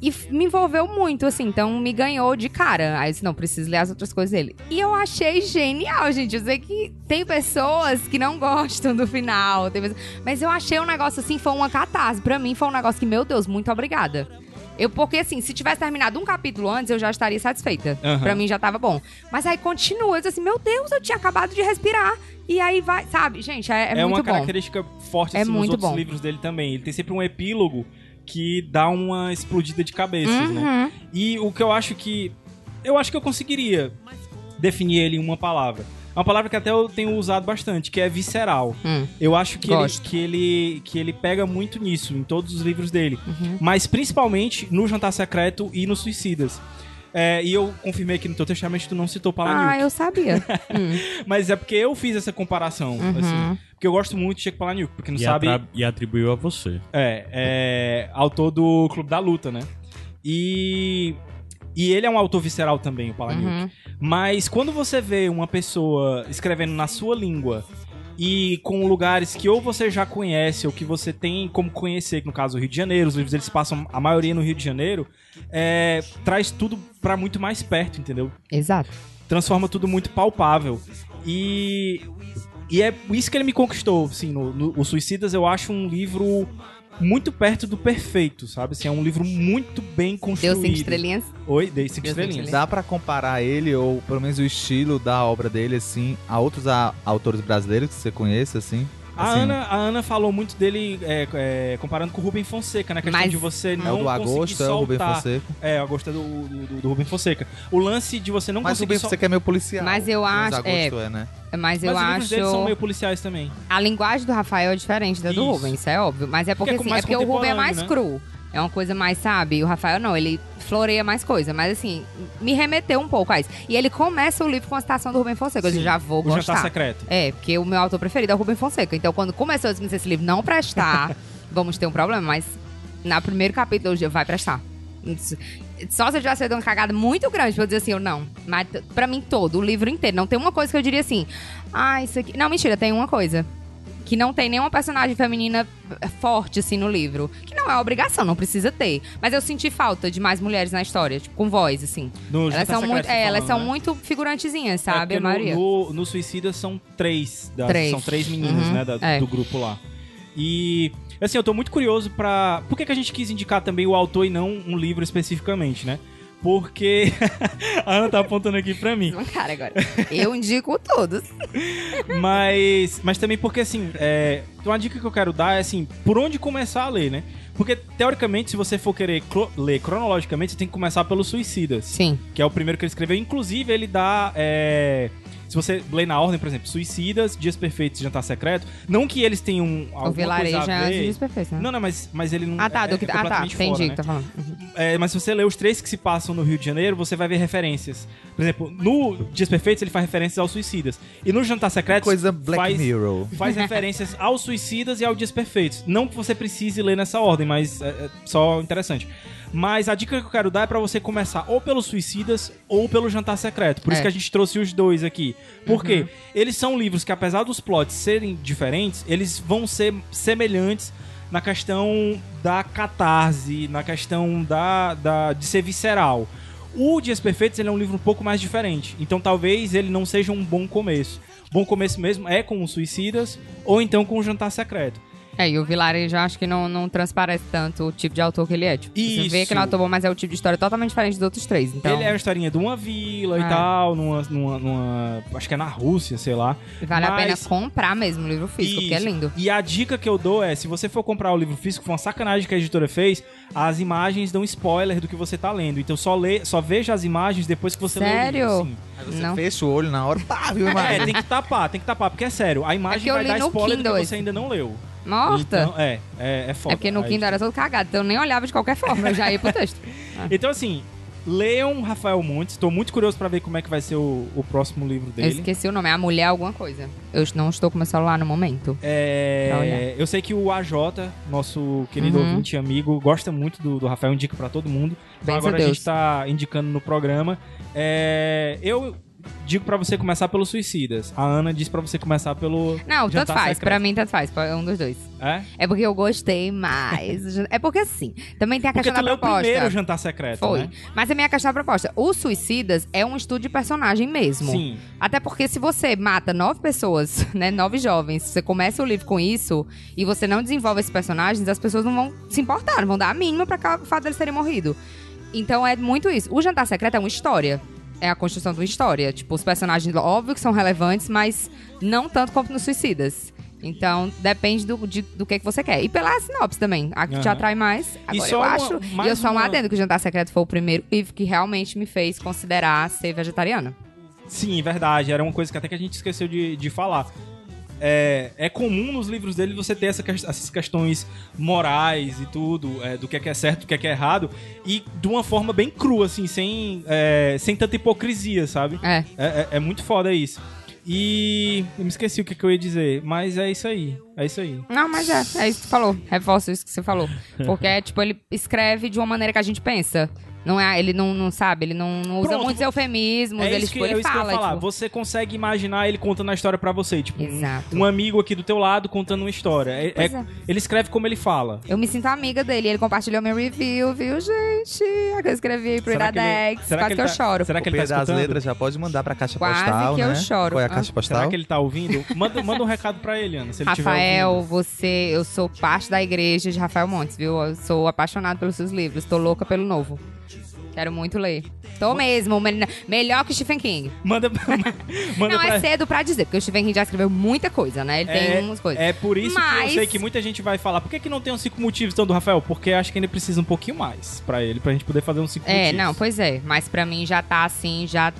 F: E f- me envolveu muito, assim, então me ganhou de cara. Aí eu disse, não, preciso ler as outras coisas dele. E eu achei genial, gente. Eu sei que tem pessoas que não gostam do final. tem pessoas- Mas eu achei um negócio assim, foi uma catarse. Pra mim foi um negócio que, meu Deus, muito obrigada. Eu, porque assim, se tivesse terminado um capítulo antes, eu já estaria satisfeita.
C: Aham.
F: Pra mim já tava bom. Mas aí continua, eu disse assim, meu Deus, eu tinha acabado de respirar. E aí vai, sabe, gente, é, é
C: é
F: muito
C: uma
F: bom.
C: característica forte
F: É
C: assim, nos
F: muito
C: outros
F: bom.
C: livros dele também. Ele tem sempre um epílogo que dá uma explodida de cabeças, né?
F: Uhum.
C: E o que eu acho que. Eu acho que eu conseguiria definir ele em uma palavra. É uma palavra que até eu tenho usado bastante, que é visceral.
F: Hum.
C: Eu acho que ele,
F: Gosto.
C: que, ele, que ele pega muito nisso, em todos os livros dele.
F: Uhum.
C: Mas principalmente no Jantar Secreto e nos Suicidas. É, e eu confirmei aqui no teu testamento que tu não citou
F: Ah,
C: Palahniuk.
F: eu sabia. Hum.
C: Mas é porque eu fiz essa comparação,
F: Uhum.
C: [laughs] assim. Porque eu gosto muito de Chico Palahniuk, porque não
D: E,
C: sabe...
D: atra- e atribuiu a você.
C: É, é autor do Clube da Luta, né? E... E ele é um autor visceral também, o Palahniuk.
F: Uhum.
C: Mas quando você vê uma pessoa escrevendo na sua língua e com lugares que ou você já conhece ou que você tem como conhecer, que no caso o Rio de Janeiro, os livros eles passam a maioria no Rio de Janeiro, é, traz tudo pra muito mais perto, entendeu?
F: Exato.
C: Transforma tudo muito palpável. E, e é isso que ele me conquistou, assim, no, no- Os Suicidas eu acho um livro muito perto do perfeito, sabe? Assim, é um livro muito bem construído.
F: Deu cinco estrelinhas.
C: Oi, dei cinco
F: Deu cinco
C: estrelinhas.
E: Dá pra comparar ele, ou pelo menos o estilo da obra dele, assim, a outros a- autores brasileiros que você conhece, assim?
C: A,
E: Assim,
C: Ana, a Ana falou muito dele é, é, comparando com o Rubem Fonseca, né? A questão
F: Mas-
C: de você
E: É
C: não
E: o do
C: conseguir
E: Agosto, é
C: soltar.
E: o Rubem Fonseca.
C: É, o Agosto é do, do, do Rubem Fonseca. O lance de você não
E: Mas o
C: conseguir
E: Rubem
C: soltar.
E: Fonseca é meio policial.
F: Mas eu acho-
E: Mas Agosto é, né?
F: Mas
C: Mas
F: eu
C: os livros
F: acho.
C: deles são meio policiais também.
F: A linguagem do Rafael é diferente da do
C: Isso.
F: Rubens, isso é óbvio. Mas é porque,
C: Porque é
F: assim,
C: mais
F: é porque o Rubens é mais
C: contemporâneo, né?
F: cru. É uma coisa mais, sabe? O Rafael não, ele floreia mais coisa. Mas assim, me remeteu um pouco a isso. E ele começa o livro com a citação do Rubem Fonseca.
C: Sim.
F: Eu já vou
C: O Jantar
F: gostar.
C: Secreto.
F: É, porque o meu autor preferido é o Rubem Fonseca. Então, quando começou a se esse livro
C: [laughs]
F: não prestar, vamos ter um problema. Mas na primeiro capítulo eu já vai prestar. Isso- Só se eu tivesse feito uma cagada muito grande pra eu dizer assim, eu não. Mas t- pra mim todo, o livro inteiro. Não tem uma coisa que eu diria assim. Ah, isso aqui. Não, mentira, tem uma coisa. Que não tem nenhuma personagem feminina eh, forte, assim, no livro. Que não é obrigação, não precisa ter. Mas eu senti falta de mais mulheres na história, tipo, com voz, assim.
C: No Jantar
F: Elas são,
C: Secreto,
F: muito,
C: você
F: é,
C: tá
F: elas
C: falando,
F: são
C: né?
F: muito figurantezinhas,
C: É,
F: sabe?
C: porque
F: a
C: no-
F: maioria.
C: No, no Suicida são três, das-
F: Três.
C: São três meninas,
F: Uhum,
C: né? da-
F: é.
C: Do grupo lá. E, assim, eu tô muito curioso pra. Por que, que a gente quis indicar também o autor e não um livro especificamente, né? Porque. [laughs] a Ana tá apontando aqui pra mim.
F: Um cara agora. Eu indico todos.
C: Mas, mas também porque, assim, é, uma dica que eu quero dar é, assim, por onde começar a ler, né? Porque, teoricamente, se você for querer cro- ler cronologicamente, você tem que começar pelos Suicidas,
F: Sim.
C: que é o primeiro que ele escreveu. Inclusive, ele dá... é, se você ler na ordem, por exemplo, Suicidas, Dias Perfeitos e Jantar Secreto, não que eles tenham
F: o
C: alguma
F: vilarejo
C: coisa a
F: é antes
C: ver...
F: de perfeito, né?
C: Não, não, mas, mas ele não
F: ah, tá.
C: é,
F: do
C: é
F: que, ah, tá.
C: completamente
F: Entendi
C: fora,
F: o
C: né?
F: que tá falando. Uhum.
C: É, mas se você ler os três que se passam no Rio de Janeiro, você vai ver referências. Por exemplo, no Dias Perfeitos ele faz referências aos suicidas. E no Jantar Secreto
E: Coisa Black
C: faz,
E: Mirror.
F: [laughs]
C: faz referências aos suicidas e aos dias perfeitos. Não que você precise ler nessa ordem, mas é, é só interessante. Mas a dica que eu quero dar é pra você começar ou pelos suicidas ou pelo jantar secreto. Por isso
F: É.
C: que a gente trouxe os dois aqui. Por quê? Eles são livros que, apesar dos plots serem diferentes, eles vão ser semelhantes na questão da catarse, na questão da, da- de ser visceral. O Dias Perfeitos ele é um livro um pouco mais diferente, então talvez ele não seja um bom começo. Bom começo mesmo é com os Suicidas ou então com o Jantar Secreto.
F: É, e o Vilarejo eu acho que não, não transparece tanto o tipo de autor que ele é. Tipo, Você vê
C: Isso.
F: que ele é um autor bom, mas é o tipo de história totalmente diferente dos outros três. Então,
C: Ele é uma historinha de uma vila
F: É.
C: e tal, numa, numa, numa- Acho que é na Rússia, sei lá.
F: vale a
C: Mas-
F: pena comprar mesmo o livro físico, porque é
C: é Isso.
F: lindo.
C: E a dica que eu dou é: se você for comprar o livro físico, foi uma sacanagem que a editora fez, as imagens dão spoiler do que você tá lendo. Então só, lê, só veja as imagens depois que você lê
F: Sério?
C: o livro.
E: Aí você
F: Não.
E: fecha o olho na hora, pá, viu,
C: Sim. [laughs] É,
E: Maria?
C: tem que tapar, tem que tapar, porque é sério, a imagem
F: porque eu
C: vai
F: li
C: dar
F: no
C: spoiler do
F: Kindle
C: que você
F: esse.
C: ainda não leu.
F: Morta?
C: Então, é, é, é foda.
F: é porque no
C: Aí-
F: Kindle era todo cagado, então eu nem olhava de qualquer forma, eu já ia
C: [laughs]
F: pro texto.
C: Então, assim, leiam Rafael Montes. Tô muito curioso pra ver como é que vai ser o, o próximo livro
F: Eu
C: dele.
F: esqueci o nome, é a mulher alguma coisa. Eu não estou com meu celular no momento. Pra
C: É,
F: olhar.
C: eu sei que o AJ, nosso querido
F: Uhum.
C: ouvinte e amigo, gosta muito do, do Rafael, indica pra todo mundo. Então
F: Bênção
C: agora a
F: a
C: gente
F: Deus.
C: tá indicando no programa. É, eu digo pra você começar pelo Suicidas. A Ana diz pra você começar pelo.
F: Não,
C: Jantar
F: tanto faz.
C: tá Secreto.
F: Pra mim, tanto faz. É um dos dois.
C: É?
F: É porque eu gostei mais. É porque assim, também tem a
C: Porque
F: questão
C: tu
F: da
C: leu
F: proposta.
C: primeiro o Jantar Secreto,
F: Foi.
C: né?
F: Mas a minha questão da proposta. O Suicidas é um estudo de personagem mesmo.
C: Sim.
F: Até porque se você mata nove pessoas, [laughs] né? Nove jovens, você começa o livro com isso e você não desenvolve esses personagens, as pessoas não vão se importar, não vão dar a mínima pra cá- o fato deles terem morrido. Então é muito isso. O Jantar Secreto é uma história. É a construção de uma história. Tipo, os personagens, óbvio que são relevantes, mas não tanto quanto nos Suicidas. Então, depende do, de- do que, que você quer. E pela sinopse também. A que te
C: Aham.
F: atrai mais, agora
C: só
F: eu
C: uma-
F: acho.
C: mais
F: e eu só um
C: uma-
F: adendo que o Jantar Secreto foi o primeiro livro que realmente me fez considerar ser vegetariana.
C: Sim, verdade. Era uma coisa que até que a gente esqueceu de, de falar. É, é comum nos livros dele você ter essa ques- essas questões morais e tudo, é, do que é, que é certo, do que é, que é errado, e de uma forma bem crua, assim, sem, é, sem tanta hipocrisia, sabe?
F: É.
C: É, é- é muito foda isso. E eu me esqueci o que, que eu ia dizer, mas é isso aí. É isso aí.
F: Não, mas é, é isso que tu falou. Reforço isso que você falou.
C: [laughs]
F: Porque, tipo, ele escreve de uma maneira que a gente pensa. Não é, ele não, não sabe, ele não, não usa
C: Pronto.
F: muitos eufemismos,
C: é
F: ele,
C: isso que,
F: tipo,
C: é
F: ele
C: isso que eu
F: fala.
C: ia falar.
F: tipo,
C: Você consegue imaginar ele contando a história pra você. Tipo, um-
F: Exato.
C: um, amigo aqui do teu lado contando uma história. É-
F: Pois
C: é-
F: é.
C: Ele escreve como ele fala.
F: Eu me sinto amiga dele, ele compartilhou meu review, viu, gente? A que eu escrevi aí pro
C: Será que ele-
F: Iradex,
C: será
F: quase
C: que
F: que,
C: ele
F: eu
C: tá-
F: choro.
C: Será que ele
E: o
C: tá
E: P das
C: escutando?
E: letras já pode mandar pra caixa
F: Quase
E: postal,
F: que eu
E: né?
F: choro.
E: Qual é a
F: Ah.
E: caixa
C: Será
E: postal?
C: que ele tá ouvindo? Manda, manda um recado pra ele, Ana, se ele tiver
F: Rafael,
C: ouvindo.
F: você, eu sou parte da igreja de Rafael Montes, viu? Eu sou apaixonado pelos seus livros, tô louca pelo novo. Quero muito ler. Tô mesmo, menina. Melhor que Stephen King.
C: Manda, [laughs] manda
F: não,
C: pra
F: é cedo pra dizer, porque o Stephen King já escreveu muita coisa, né? Ele tem umas coisas.
C: é por isso que eu
F: Mas-
C: sei que muita gente vai falar. Por que, que não tem uns cinco motivos então do Rafael? Porque acho que ainda precisa um pouquinho mais pra ele, pra gente poder fazer uns cinco
F: É,
C: motivos.
F: não, pois é. Mas pra mim já tá assim, já,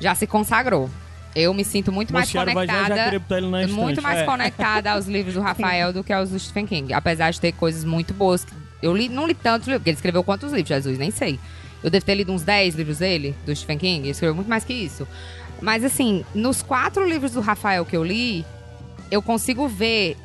F: já se consagrou. Eu me sinto muito mais
D: Mociaro vai já, já queria
F: conectada.
D: botar ele na estante.
F: Muito mais
C: é.
F: conectada aos livros do Rafael do que aos do Stephen King. Apesar de ter coisas muito boas. que- Eu li, não li tantos livros, porque ele escreveu quantos livros, Jesus? Nem sei. Eu devo ter lido uns 10 livros dele, do Stephen King. Ele escreveu muito mais que isso. Mas assim, nos quatro livros do Rafael que eu li, eu consigo ver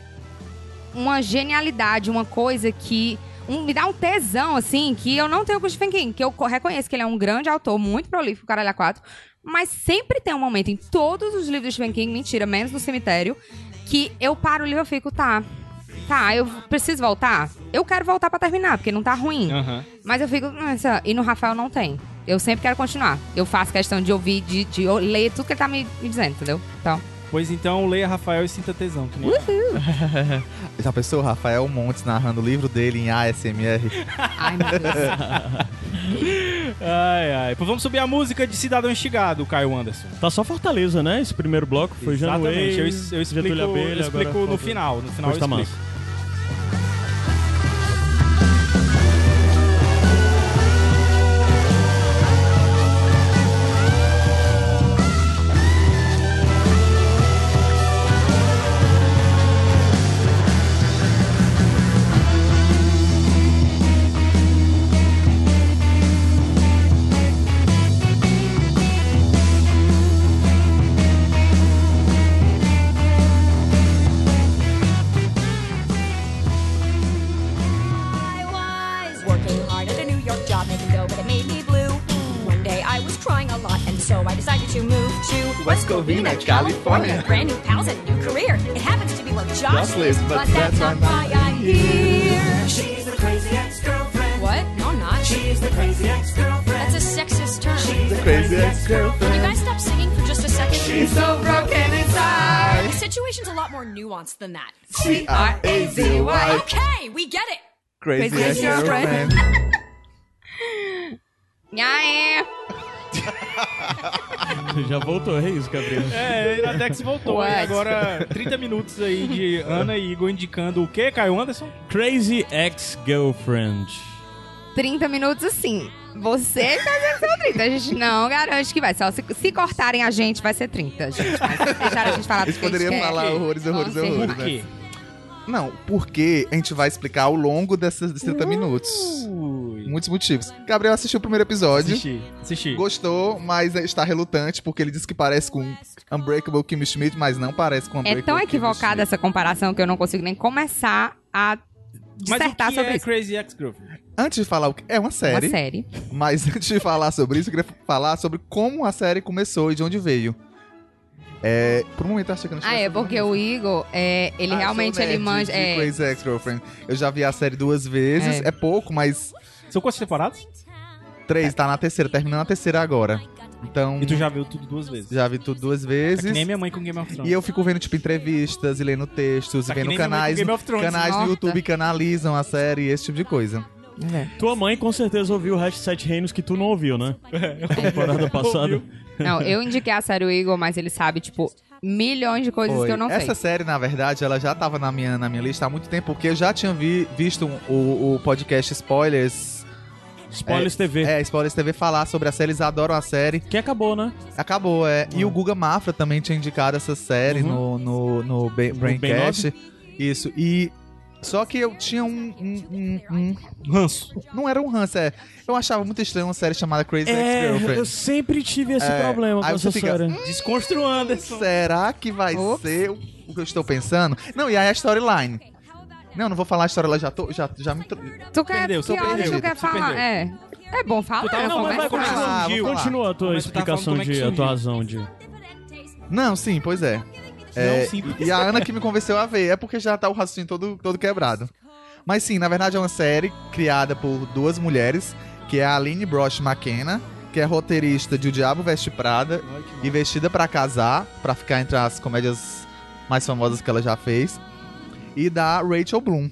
F: uma genialidade, uma coisa que um- me dá um tesão, assim, que eu não tenho com o Stephen King, que eu co- reconheço que ele é um grande autor, muito prolífico, caralho a quatro, mas sempre tem um momento em todos os livros do Stephen King, mentira, menos no cemitério, que eu paro o livro e eu fico, tá, tá, eu preciso voltar? Eu quero voltar pra terminar, porque não tá ruim.
C: Aham.
F: Mas eu fico. "Nossa", E no Rafael não tem. Eu sempre quero continuar. Eu faço questão de ouvir, de, de ler tudo que ele tá me, me dizendo, entendeu? Então.
C: Pois então, leia Rafael e sinta tesão. Que nem...
E: Já pensou o Rafael Montes narrando o livro dele em ASMR?
F: Ai, meu Deus.
C: ai, ai. Pois vamos subir a música de Cidadão Instigado, Caio Anderson.
D: Tá só Fortaleza, né? Esse primeiro bloco foi Januário.
C: Exatamente. Eu, es- eu explico,
D: Getúlio Abelha,
C: eu explico
D: agora
C: no
D: falta-
C: final. No final
D: Pois tá
C: eu explico.
D: massa.
H: I was working hard at a New York job, making dough, but it made me blue. One day I was crying a lot, and so I decided to move to West Covina, California. Brand new pals and new career. It happens to be where Josh lives, but that's not why I'm here.
I: She's the crazy ex-girlfriend.
H: What? No, I'm not.
I: She's the crazy ex-girlfriend.
H: That's a sexist term.
I: She's the crazy
H: Can you
I: ex-girlfriend.
H: guys stop singing for just a second.
B: She's so broken inside.
H: The situation's a lot more nuanced than that.
B: C R A Z Y.
H: Okay, we get it.
E: Crazy
F: Crazy
E: as
F: as
E: your
F: your
E: friend.
F: Nhaê.
D: Já voltou, é isso, Gabriel.
C: É, Iradex voltou.
F: What?
C: E agora, 30 minutos aí de Ana e Igor indicando o quê, Caio Anderson?
D: Crazy Ex-Girlfriend.
F: 30 minutos assim. Você tá fazendo seu 30. A gente não garante que vai. Só se, se cortarem a gente, vai ser 30, gente. Mas se deixaram a gente falar do
E: Eles
F: que a gente
E: poderiam
F: quer.
E: falar horrores, horrores,
F: Vamos ver
E: horrores.
C: Por
E: né?
C: quê?
E: Não, porque a gente vai explicar ao longo dessas 30 minutos.
C: Ui.
E: Muitos motivos. Gabriel assistiu o primeiro episódio.
C: Assisti, assisti.
E: Gostou, mas está relutante, porque ele disse que parece com Unbreakable Kim Schmidt, mas não parece com
F: É
E: Unbreakable
F: tão
E: Kimmy
F: equivocada essa comparação que eu não consigo nem começar a
C: Mas o que
F: dissertar
C: é
F: sobre isso.
C: Crazy Ex-Girlfriend?
E: Schmidt. Antes de falar o que é uma
F: Uma
E: série,
F: série.
E: mas antes de falar sobre isso, eu queria falar sobre como a série começou e de onde veio. É, por um momento eu achei que eu não
F: Ah,
E: tivesse
F: é porque o Igor, é, ele
E: Ah,
F: realmente
E: sou
F: ele
E: nerd
F: manja.
E: de
F: é,
E: Crazy Ex-Girlfriend. Eu já vi a série duas vezes. É,
F: É.
E: pouco, mas
C: São quantas temporadas?
E: três. Tá na terceira, terminando a terceira agora. Então,
C: E tu já viu tudo duas vezes.
E: já vi tudo duas
C: É que
E: vezes.
C: nem minha mãe com Game of Thrones.
E: E eu fico vendo, tipo, entrevistas e lendo textos
C: Tá
E: e
C: que
E: vendo
C: nem minha mãe
E: canais,
C: com Game of Thrones.
E: canais no
F: Morta.
E: YouTube que analisam a série e esse tipo de coisa.
F: é.
D: Tua mãe com certeza ouviu o resto de Sete Reinos que tu não ouviu, né?
C: É. [laughs]
D: Temporada passada.
F: Não, eu indiquei a série o Igor, mas ele sabe, tipo, milhões de coisas
E: Foi.
F: que eu não
E: Essa
F: sei.
E: série, na verdade, ela já tava na minha, na minha lista há muito tempo, porque eu já tinha vi- visto um- o, o podcast Spoilers.
D: Spoilers TV.
E: É, Spoilers TV falar sobre a série, eles adoram a série.
D: Que acabou, né?
E: Acabou, é. E o Guga Mafra também tinha indicado essa série
D: Ah. Uhum.
E: no, no, no Ba- Braincast. Isso. E. Só que eu tinha um. um- um- um-
C: Ranço.
E: não era um ranço, é. Eu achava muito estranho uma série chamada Crazy
D: É, eu
E: Ex-Girlfriend.
D: sempre tive esse
E: É,
D: problema com
E: aí você
D: essa
E: fica, "Hum,
D: série.
C: Desconstruindo Anderson.
E: Será que vai
F: Ops.
E: ser o o que eu estou pensando? Não, e aí a storyline. Não, não vou falar a storyline, já, tô, já, já me. tro-
F: Tu quer,
C: Perdeu, só
F: que hora
C: perdeu,
F: tu quer
C: só
F: falar?
C: perdeu.
F: É. É bom falar,
C: Tu tava-
F: não,
D: Não, mas vai,
C: Como é que
E: Ah,
D: continua,
E: vou falar.
D: continua a
C: Como
D: tua
C: é que tu tá
D: explicação
C: falando, como é que
D: de, a
C: surgiu?
D: tua razão de...
E: Não, sim, pois é. É,
C: Não, sim.
E: E a Ana que me convenceu a ver, é porque já tá o raciocínio todo, todo quebrado. Mas sim, na verdade é uma série criada por duas mulheres, que é a Aline Brosh McKenna, que é roteirista de O Diabo Veste Prada e Vestida pra Casar, pra ficar entre as comédias mais famosas que ela já fez, e da Rachel Bloom.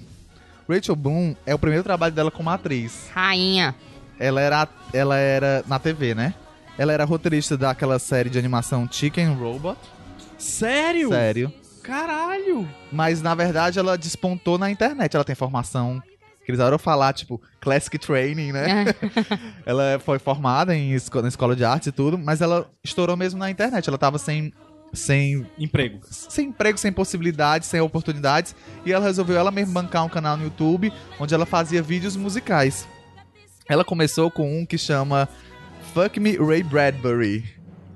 E: Rachel Bloom é o primeiro trabalho dela como atriz. [laughs]
F: Rainha.
E: Ela era, ela era na TV, né? Ela era roteirista daquela série de animação Chicken Robot.
C: Sério?
E: Sério.
C: Caralho.
E: Mas na verdade ela despontou na internet. Ela tem formação. Que eles adoram falar, tipo, classic training,
F: É.
E: né? Ela foi formada em esco- na escola de artes e tudo, mas ela estourou mesmo na internet. Ela tava sem, sem,
C: Emprego.
E: sem emprego, sem possibilidades, sem oportunidades. E ela resolveu ela mesma bancar um canal no YouTube onde ela fazia vídeos musicais. Ela começou com um que chama Fuck Me Ray Bradbury.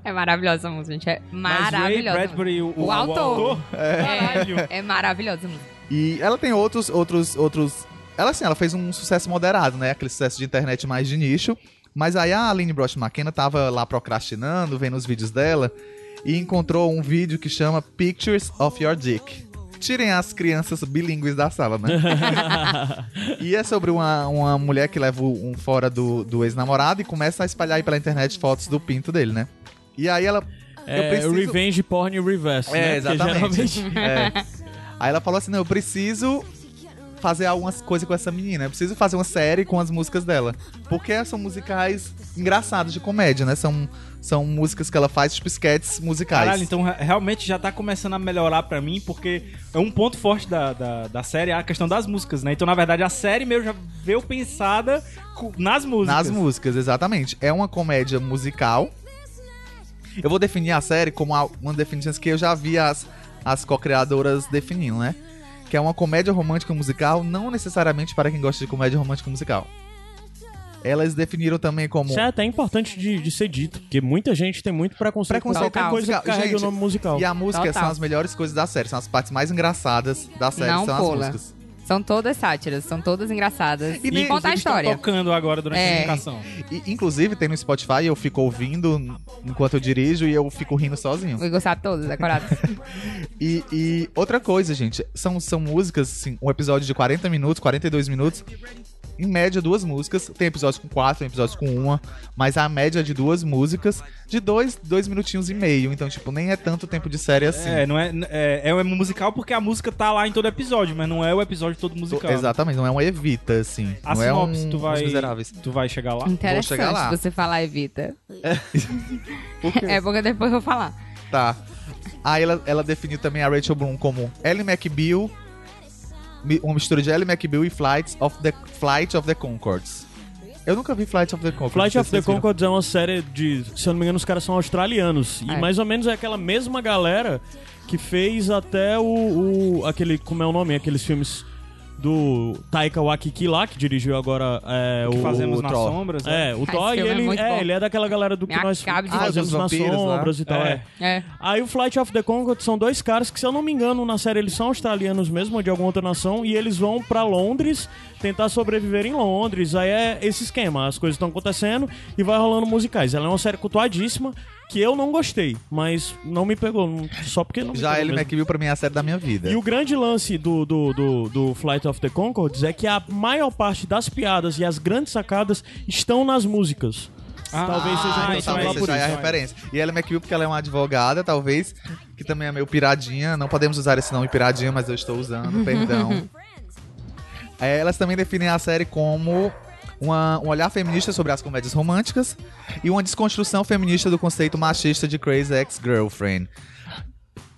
F: É maravilhosa a música, gente. É
C: Mas Ray
F: maravilhosa. a música.
C: Bradbury, o,
F: O autor.
C: Caralho.
F: É maravilhosa a música.
E: E ela tem outros, outros, outros. Ela assim, ela fez um sucesso moderado, né? Aquele sucesso de internet mais de nicho. Mas aí a Aline Brosh McKenna tava lá procrastinando, vendo os vídeos dela, e encontrou um vídeo que chama Pictures of Your Dick. Tirem as crianças bilíngues da sala, né? E é sobre uma, uma mulher que leva um fora do, do ex-namorado e começa a espalhar aí pela internet fotos do pinto dele, né? E aí ela.
D: É,
E: preciso-
D: Revenge Porn Reverse, né?
E: É,
D: Porque
E: exatamente.
D: geralmente-
E: É. Aí ela falou assim: não, eu preciso fazer algumas coisas com essa menina. Eu preciso fazer uma série com as músicas dela. Porque são musicais engraçados de comédia, né? São, são músicas que ela faz, tipo sketches musicais.
C: Caralho, então re- realmente já tá começando a melhorar pra mim, porque é um ponto forte da, da, da série é a questão das músicas, né? Então, na verdade, a série meio já veio pensada cu- nas músicas.
E: Nas músicas, exatamente. É uma comédia musical. Eu vou definir a série como a- uma definição que eu já vi as, as co-criadoras definindo, né? Que é uma comédia romântica musical, não necessariamente para quem gosta de comédia romântica musical. Elas definiram também
D: [laughs]
E: como
D: Isso é até importante de, de ser dito, porque muita gente tem muito preconceito, com
E: Preconceito é
D: qualquer
C: é,
D: coisa que
E: musical.
D: carrega o
E: Gente,
D: nome musical.
E: E a música
F: Total.
E: são as melhores coisas da série, são as partes mais engraçadas da série,
F: tá. Não
E: são
F: pula.
E: as músicas.
F: São todas sátiras, são todas engraçadas. E,
C: Inclusive,
F: conta a
C: estão
F: história.
C: tocando agora durante a
F: É.
C: indicação.
E: E, inclusive, tem no Spotify, eu fico ouvindo enquanto eu dirijo e eu fico rindo sozinho.
F: O Igor sabe todas,
E: [laughs]
F: decoradas.
E: E, e outra coisa, gente, são, são músicas, assim, um episódio de 40 minutos, 42 minutos, em média, duas músicas. Tem episódios com quatro, tem episódios com uma. Mas a média de duas músicas, de dois, dois minutinhos e meio. Então, tipo, nem é tanto tempo de série assim.
C: É, não é, é, é um musical porque a música tá lá em todo episódio, mas não é o episódio todo musical.
E: Exatamente, não é um Evita, assim.
C: A
E: não é um,
C: sinopse, tu vai.
E: Os Miseráveis.
C: Tu vai chegar lá.
F: Então,
E: chegar lá.
F: Interessante você falar Evita. [laughs] É porque depois eu vou falar.
E: Tá. Aí ela, ela definiu também a Rachel Bloom como Ellie McBeal, mi- uma mistura de Ellie McBeal e Flights of the, Flight of the Concords. Eu nunca vi Flight of the Concords.
D: Flight
E: não
D: of
E: sei
D: the
E: se vocês viram.
D: Concords é uma série de, se eu não me engano, os caras são australianos. E
F: É.
D: mais ou menos é aquela mesma galera que fez até o, o- aquele, como é o nome, aqueles filmes do Taika Waititi lá, que dirigiu agora é,
C: O
D: o
C: que fazemos nas
E: Troll.
C: sombras. né?
D: É, o
F: esse
D: Thor, e
F: filme é
D: ele
F: muito
D: é,
F: bom.
D: ele é daquela galera do que
F: Me
D: nós
F: acabo de
D: fazemos
E: Ah, dos
D: nas
E: vampiros lá.
D: sombras e tal.
C: É.
D: é.
F: É.
D: Aí o Flight of the Concord são dois caras que, se eu não me engano, na série eles são australianos mesmo, ou de alguma outra nação, e eles vão pra Londres tentar sobreviver em Londres. Aí é esse esquema, as coisas estão acontecendo e vai rolando musicais. Ela é uma série cultuadíssima que eu não gostei, mas não me pegou, não- só porque não me
E: Já
D: pegou
E: Ellie
D: mesmo.
E: McBeal pra mim é a série da minha vida.
D: E o grande lance do, do, do, do Flight of the Concords é que a maior parte das piadas e as grandes sacadas estão nas músicas.
C: Ah,
D: talvez seja
C: então
D: uma
C: isso
E: Talvez
C: lá
D: lá
E: seja
D: por
E: aí a
D: isso.
E: referência. E ela é McBeal porque ela é uma advogada, talvez, que também é meio piradinha. Não podemos usar esse nome piradinha, mas eu estou
C: [laughs]
E: usando, perdão. É, elas também definem a série como uma- um olhar feminista sobre as comédias românticas e uma desconstrução feminista do conceito machista de Crazy Ex-Girlfriend.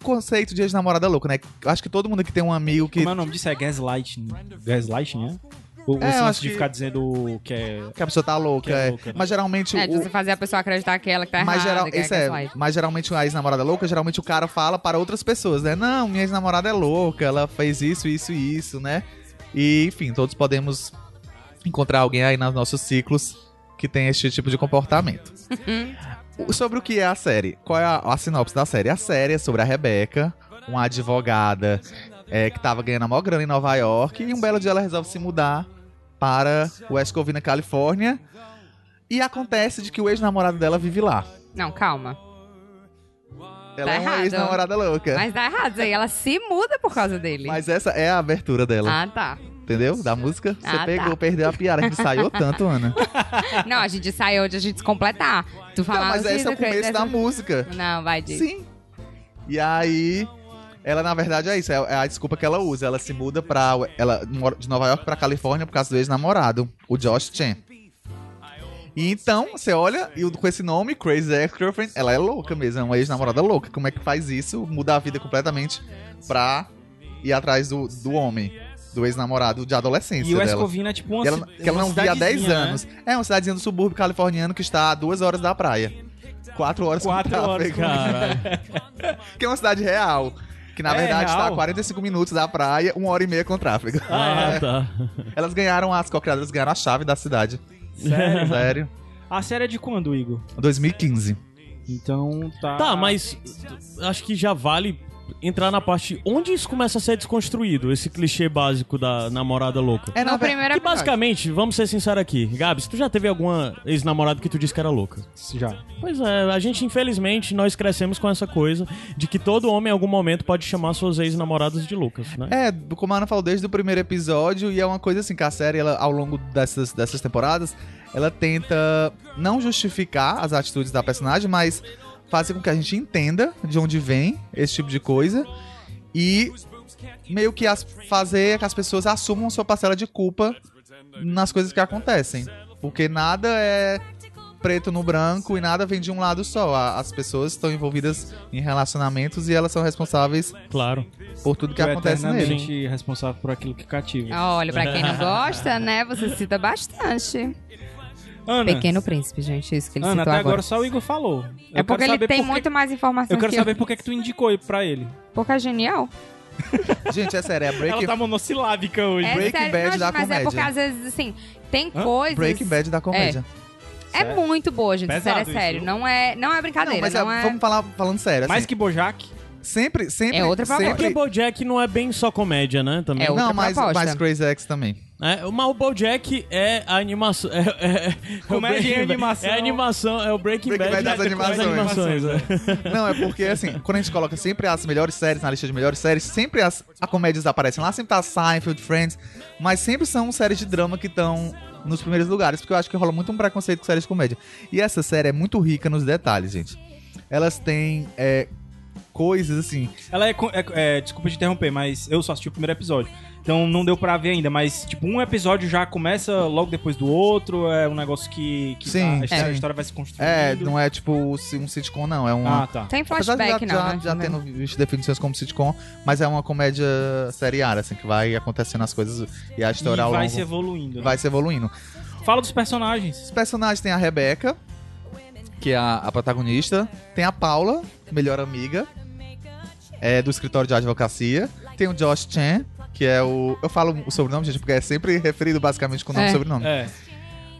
E: Conceito de ex-namorada louca, né? Eu Acho que todo mundo que tem um amigo que,
C: Como é o nome disso? É Gaslighting. Gaslighting, né? O, o
E: É, eu
C: senso
E: acho
C: de
E: que-
C: ficar dizendo que é.
E: que a pessoa tá louca.
C: Que é
E: é.
C: louca, né?
E: Mas geralmente
F: É, de
E: o,
F: você fazer a pessoa acreditar que ela que tá errada.
E: mas, geral,
F: que é
E: isso é,
F: gaslight.
E: mas geralmente a ex-namorada é louca, geralmente o cara fala para outras pessoas, né? Não, minha ex-namorada é louca, ela fez isso, isso e isso, né? E, enfim, todos podemos encontrar alguém aí nos nossos ciclos que tem esse tipo de comportamento. O- sobre o que é a série? Qual é a, a sinopse da série? A série é sobre a Rebeca, uma advogada é, que tava ganhando a maior grana em Nova York, e um belo dia ela resolve se mudar para West Covina, Califórnia. E acontece de que o ex-namorado dela vive lá.
F: Não, calma.
E: Ela
F: Tá
E: é uma
F: errado.
E: ex-namorada louca. Mas...
F: Mas dá errado isso aí. Ela se muda por causa dele.
E: essa é a abertura dela,
F: Ah, tá.
E: entendeu? Da música. Você
F: Ah, tá.
E: pegou, perdeu a piada. A gente saiu tanto,
F: [laughs]
E: Ana.
F: Não, a gente sai hoje, a gente completar. Tu
E: Não,
F: falar
E: mas
F: assim,
E: esse é o
F: do que-
E: começo
F: dessa-
E: da música.
F: Não, vai de.
E: Sim. E aí, ela na verdade é isso. É é a desculpa que ela usa. Ela se muda pra, ela, mora de Nova York pra Califórnia por causa do ex-namorado, o Josh Chen. E então, você olha, e o- com esse nome, Crazy Ex-Girlfriend, ela é louca mesmo, é uma ex-namorada louca. Como é que faz isso? Mudar a vida completamente pra ir atrás do, do homem, do ex-namorado de adolescência.
C: E o
E: dela.
C: Escovina é tipo uma
E: Que ela,
C: ci-
E: que ela
C: uma
E: não via há 10
C: cidadezinha, né?
E: anos. É uma cidadezinha do subúrbio californiano que está a duas horas da praia. Quatro horas com
C: Quatro
E: tráfego.
C: horas,
D: Caralho.
E: Que é uma cidade real. Que na
C: É
E: verdade está a
C: real?
E: 45 minutos da praia, uma hora e meia com tráfego.
D: Ah, tá.
C: é.
E: Elas ganharam, as co-criadoras ganharam a chave da cidade.
C: Sério?
E: [laughs] Sério.
C: A série é de quando, Igor?
E: 2015.
C: Então tá.
D: Tá, mas acho que já vale entrar na parte onde isso começa a ser desconstruído, esse clichê básico da namorada louca.
E: É,
F: No
E: na, ver-
F: primeiro
D: Que
F: episódio.
D: basicamente, vamos ser sinceros aqui, Gabs, tu já teve alguma ex-namorada que tu disse que era louca?
C: Já.
D: Pois é, a gente infelizmente nós crescemos com essa coisa de que todo homem em algum momento pode chamar suas ex-namoradas de loucas, né?
E: É, como a Ana falou desde o primeiro episódio, e é uma coisa assim que a série, ela, ao longo dessas, dessas temporadas, ela tenta não justificar as atitudes da personagem, mas fazer com que a gente entenda de onde vem esse tipo de coisa e meio que as, fazer que as pessoas assumam sua parcela de culpa nas coisas que acontecem. Porque nada é preto no branco e nada vem de um lado só. A- As pessoas estão envolvidas em relacionamentos e elas são responsáveis
F: É.
D: Claro.
E: por tudo que
C: Tu é
E: acontece nele.
C: eternamente responsável por aquilo que cativa.
F: Olha, pra quem não gosta, né? Você cita bastante.
C: Ana,
F: Pequeno Príncipe, gente, isso que ele
C: Ana
F: citou
C: até
F: agora.
C: agora só o Igor falou. Eu
F: É
C: quero
F: porque ele
C: saber
F: tem
C: por que-
F: muito mais informação
C: Eu quero
F: que
C: saber por que que tu indicou pra ele.
F: Porque é genial.
E: Gente, é sério, é Breaking,
C: Ela tá monossilábica hoje.
F: É
E: Breaking
F: sério,
E: Bad
F: não,
E: da
F: mas é
E: comédia.
F: porque às vezes, assim, tem
C: Hã?
F: coisas...
E: Breaking Bad da comédia.
F: É muito boa, gente.
C: Pesado
F: sério, é sério.
C: isso, viu?
F: Não é, não é
E: Não,
F: brincadeira.
E: mas
F: Não,
E: é-
F: é...
E: vamos falar falando sério.
C: Mais
E: Assim,
C: que Bojack.
E: Sempre, sempre.
F: É outra proposta.
E: sempre...
D: Porque BoJack não é bem só comédia, né? Também.
F: É outra
E: Não, mas,
F: proposta.
E: mas Crazy X também.
D: É, mas o BoJack é a animação. É, é, é o
C: Comédia
D: Breaking
C: e
D: Bad.
C: animação.
D: É a animação, é o Breaking,
E: Breaking
D: Bad,
E: Bad das
D: com as
E: animações.
D: animações, é.
E: Não, é porque, assim, quando a gente coloca sempre as melhores séries na lista de melhores séries, sempre as a comédias aparecem lá, sempre tá Seinfeld, Friends, mas sempre são séries de drama que estão nos primeiros lugares, porque eu acho que rola muito um preconceito com séries de comédia. E essa série é muito rica nos detalhes, gente. Elas têm é, coisas, assim,
C: Ela é, co- é- é, Desculpa te interromper, mas eu só assisti o primeiro episódio. Então não deu pra ver ainda, mas, tipo, um episódio já começa logo depois do outro. É um negócio que. que
E: Sim,
C: a, história,
E: é.
C: a história vai se construindo.
E: é, não é tipo um sitcom, não, é uma...
C: Ah, tá.
F: Tem
E: Apesar de já,
F: flashback, não,
E: já,
F: né?
E: já tendo visto definições como sitcom, mas é uma comédia seriada, assim, que vai acontecendo as coisas e a
C: e
E: história ao
C: vai
E: longo
C: se evoluindo. né?
E: vai se evoluindo.
C: Fala dos personagens.
E: Os personagens tem a Rebeca, que é a, a protagonista, tem a Paula, melhor amiga, é do escritório de advocacia, tem o Josh Chan, que é o. Eu falo o sobrenome, gente, porque é sempre referido basicamente com o nome
F: É.
E: e sobrenome.
C: É.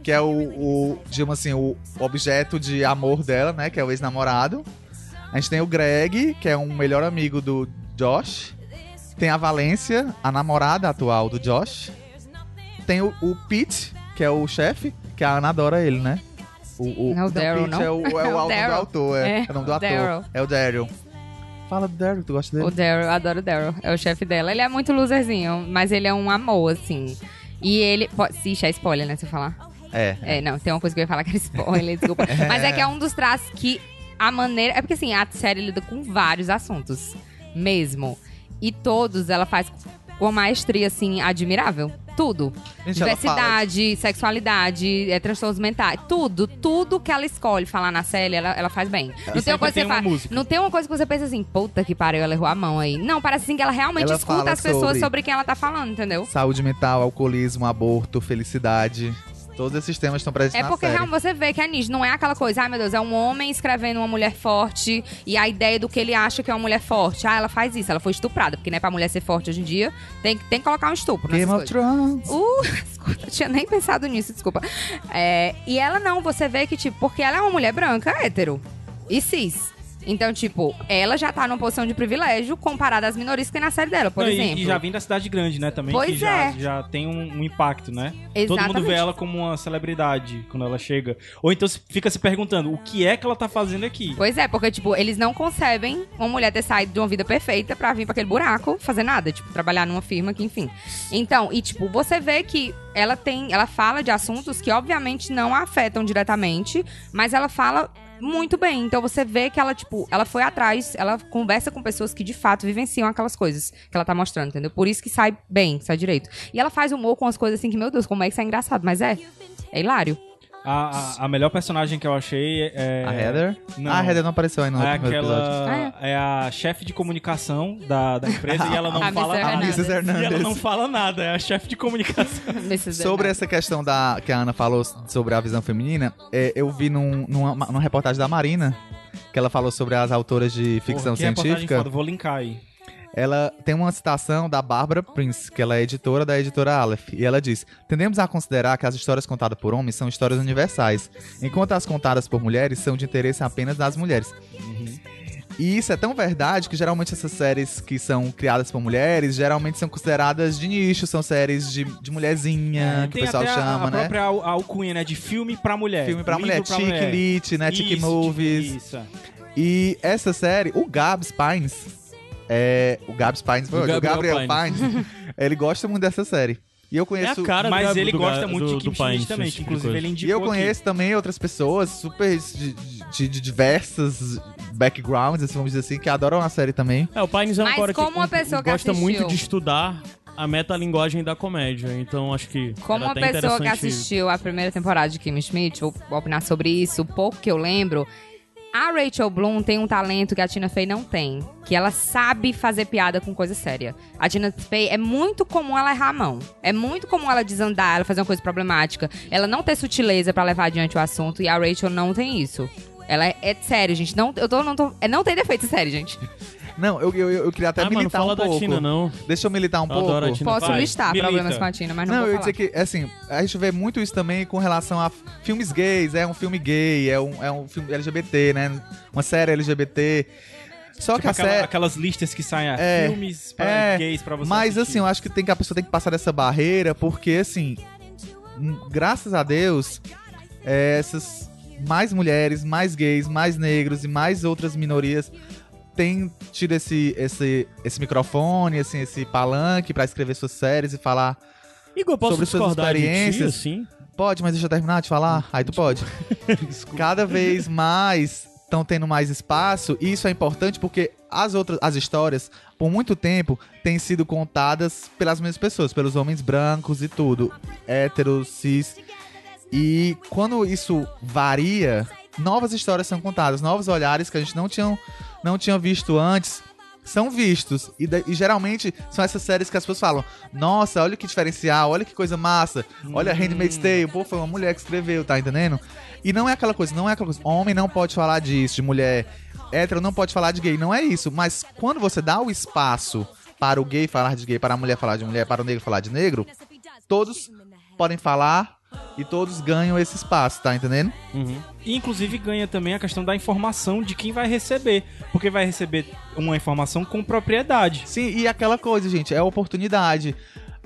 E: Que é o, o, digamos assim, o objeto de amor dela, né? Que é o ex-namorado. A gente tem o Greg, que é um melhor amigo do Josh. Tem a Valência, a namorada atual do Josh. Tem o, o Pete, que é o chefe, que a Ana adora ele, né? O,
F: Não é o Daryl,
E: Pete
F: não?
E: É o, é
F: [laughs] É
E: o,
F: o
E: álbum do
F: Daryl.
E: autor, é.
F: É,
E: É o nome do
F: o
E: ator.
F: Daryl.
E: É o Daryl. Fala do Daryl, tu gosta dele?
F: O Daryl, eu adoro o Daryl. É o chefe dela. Ele é muito loserzinho, mas ele é um amor, assim. E ele. pô, Ixi, é spoiler, né? Se eu falar.
E: É.
F: É, não, tem uma coisa que eu ia falar que era spoiler,
E: [laughs]
F: desculpa. Mas é que é um dos traços que a maneira. É porque assim, a série lida com vários assuntos, mesmo. E todos ela faz com uma maestria, assim, admirável. Tudo.
E: Gente, ela fala-
F: Diversidade, sexualidade, é, transtornos mentais, tudo, tudo que ela escolhe falar na série, ela, ela faz bem.
C: sempre
F: Não tem, uma coisa que
C: tem
F: você
C: uma
E: um
F: fala,
C: música.
F: não tem uma coisa que você pensa assim, puta que pariu, ela errou a mão aí. Não, parece assim que ela realmente
E: Ela fala
F: escuta as pessoas
E: sobre-
F: sobre... quem ela tá falando, entendeu?
E: Saúde mental, alcoolismo, aborto, felicidade. Todos esses temas estão presentes
F: É
E: na
F: porque
E: série. né?
F: realmente você vê que é nisso. Não é aquela coisa, ai meu Deus, é um homem escrevendo uma mulher forte e a ideia do que ele acha que é uma mulher forte. Ah, ela faz isso, ela foi estuprada, porque não é pra mulher ser forte hoje em dia. Tem, que- tem que colocar um estupro. nessas
E: Game of
F: coisas.
E: Thrones.
F: Uh, [laughs] escuta, eu tinha nem pensado nisso, desculpa. É, e ela não, você vê que, tipo, porque ela é uma mulher branca, hétero e cis. Então, tipo, ela já tá numa posição de privilégio comparada às minorias que tem na série dela, por
C: Não, e-
F: exemplo.
C: E, já vem da cidade grande, né? Também
F: Pois
C: que já,
F: é.
C: já tem um, um impacto, né? Todo mundo
F: Exatamente.
C: vê ela como uma celebridade quando ela chega. Ou então se- fica se perguntando o que é que ela tá fazendo aqui.
F: Pois é, porque, tipo, eles não concebem uma mulher ter saído de uma vida perfeita pra vir pra aquele buraco, fazer nada, tipo, trabalhar numa firma que, enfim. Então, e tipo, você vê que ela tem. Ela fala de assuntos que, obviamente, não a afetam diretamente, mas ela fala muito bem. Então você vê que ela, tipo, ela foi atrás, ela conversa com pessoas que de fato vivenciam aquelas coisas que ela tá mostrando, entendeu? Por isso que sai bem, sai direito. E ela faz humor com as coisas assim que, meu Deus, como é que isso é engraçado? Mas é. É hilário.
C: A, a- a melhor personagem que eu achei é.
E: A Heather?
C: Não.
E: Ah, a Heather não apareceu ainda no
C: É
E: primeiro episódio.
C: aquela.
F: episódio.
C: É a chefe de comunicação da, da empresa e ela não
F: A
C: fala
F: Mr.
C: nada.
F: Hernandes.
E: Mrs.
C: E ela não
E: Hernandez.
C: fala nada, é a chefe de comunicação.
E: Sobre essa questão da que a Ana falou sobre a visão feminina, é, eu vi num, numa, numa reportagem da Marina, que ela falou sobre as autoras de ficção
C: Porra, que reportagem
E: científica.
C: foda, Vou linkar aí.
E: Ela tem uma citação da Barbara Prince, que ela é editora da editora Aleph, e ela diz: Tendemos a considerar que as histórias contadas por homens são histórias universais, enquanto as contadas por mulheres são de interesse apenas das mulheres. E isso é tão verdade que geralmente essas séries que são criadas por mulheres geralmente são consideradas de nicho, são séries de, de mulherzinha, É, que
C: É,
E: o
C: Tem
E: pessoal
C: até a-
E: chama,
C: a
E: né?
C: própria al- alcunha, né? De filme pra mulher.
E: Filme pra
C: livro
E: mulher, Chick Lit, né? Chick
C: Isso,
E: Movies.
C: Isso.
E: E essa série, o Gabs Pines, é, o Gabs Pines, o,
D: Gabriel
E: Gabriel Pines, ele gosta muito dessa série. E eu
D: É a
E: conheço,
D: cara
C: Mas
D: do,
C: ele
D: do,
C: gosta
D: do,
C: muito
D: do,
C: de Kim
D: do Pines,
C: Schmidt também,
D: esse
C: que
D: tipo de
C: inclusive
D: coisa.
C: ele
E: e
C: indicou
E: eu
C: aqui.
E: conheço também outras pessoas super de, de, de diversas backgrounds, assim, vamos dizer assim, que adoram a série também.
D: É, o Pines é um
F: Mas
D: cara
F: como
D: que
F: uma pessoa que
D: gosta muito
F: assistiu-
D: de estudar a metalinguagem da comédia. Então acho que.
F: Como
D: era
F: uma
D: até
F: pessoa que
D: interessante-
F: assistiu a primeira temporada de Kim Schmidt, vou opinar sobre isso, o pouco que eu lembro. A Rachel Bloom tem um talento que a Tina Fey não tem, que ela sabe fazer piada com coisa séria. A Tina Fey é muito comum ela errar a mão. É muito comum ela desandar, ela fazer uma coisa problemática, ela não ter sutileza pra levar adiante o assunto e a Rachel não tem isso. Ela é, é sério, gente. Não, eu tô, não tô, é, não tem defeito sério, gente.
E: Não, eu, eu, eu queria até
D: Ah,
E: militar
D: mano, fala
E: um
D: da
E: pouco.
D: Tina, não.
E: Deixa eu militar um
D: Eu
E: pouco.
D: adoro a Tina.
F: Posso
C: vai,
F: listar
C: milita.
F: problemas com a Tina, mas não,
E: Não,
F: vou
E: eu ia
F: falar.
E: dizer que, assim, a gente vê muito isso também com relação a filmes gays. É um filme gay, é um, é um filme LGBT, né? Uma série LGBT. Só que
C: Tipo
E: a
C: aquela-
E: série.
C: aquelas listas que saem ah,
E: É,
C: filmes pra
E: é,
C: gays pra você.
E: Mas
C: assistir.
E: assim, eu acho que, tem que a pessoa tem que passar dessa barreira, porque assim, hum, graças a Deus, é, essas mais mulheres, mais gays, mais negros e mais outras minorias têm tido esse, esse, esse microfone, assim, esse palanque pra escrever suas séries e falar.
D: Igor, posso
E: assim, sobre suas
D: discordar de ti,
E: experiências.
D: assim?
E: Pode, mas deixa eu terminar de falar. Aí tu pode. Cada vez mais estão tendo mais espaço e isso é importante porque as outras as histórias por muito tempo têm sido contadas pelas mesmas pessoas, pelos homens brancos e tudo, héteros, cis. E quando isso varia, novas histórias são contadas, novos olhares que a gente não tinha, não tinha visto antes são vistos. E, da- e geralmente são essas séries que as pessoas falam: Nossa, olha que diferencial, olha que coisa massa, olha Handmaid's Tale, pô, foi uma mulher que escreveu, tá entendendo? E não é aquela coisa, não é aquela coisa. Homem não pode falar disso, de mulher. Hétero não pode falar de gay, não é isso. Mas quando você dá o espaço para o gay falar de gay, para a mulher falar de mulher, para o negro falar de negro, todos podem falar e todos ganham esse espaço, tá entendendo?
C: E, Inclusive ganha também a questão da informação de quem vai receber. Porque vai receber uma informação com propriedade.
E: Sim, e aquela coisa, gente, é oportunidade.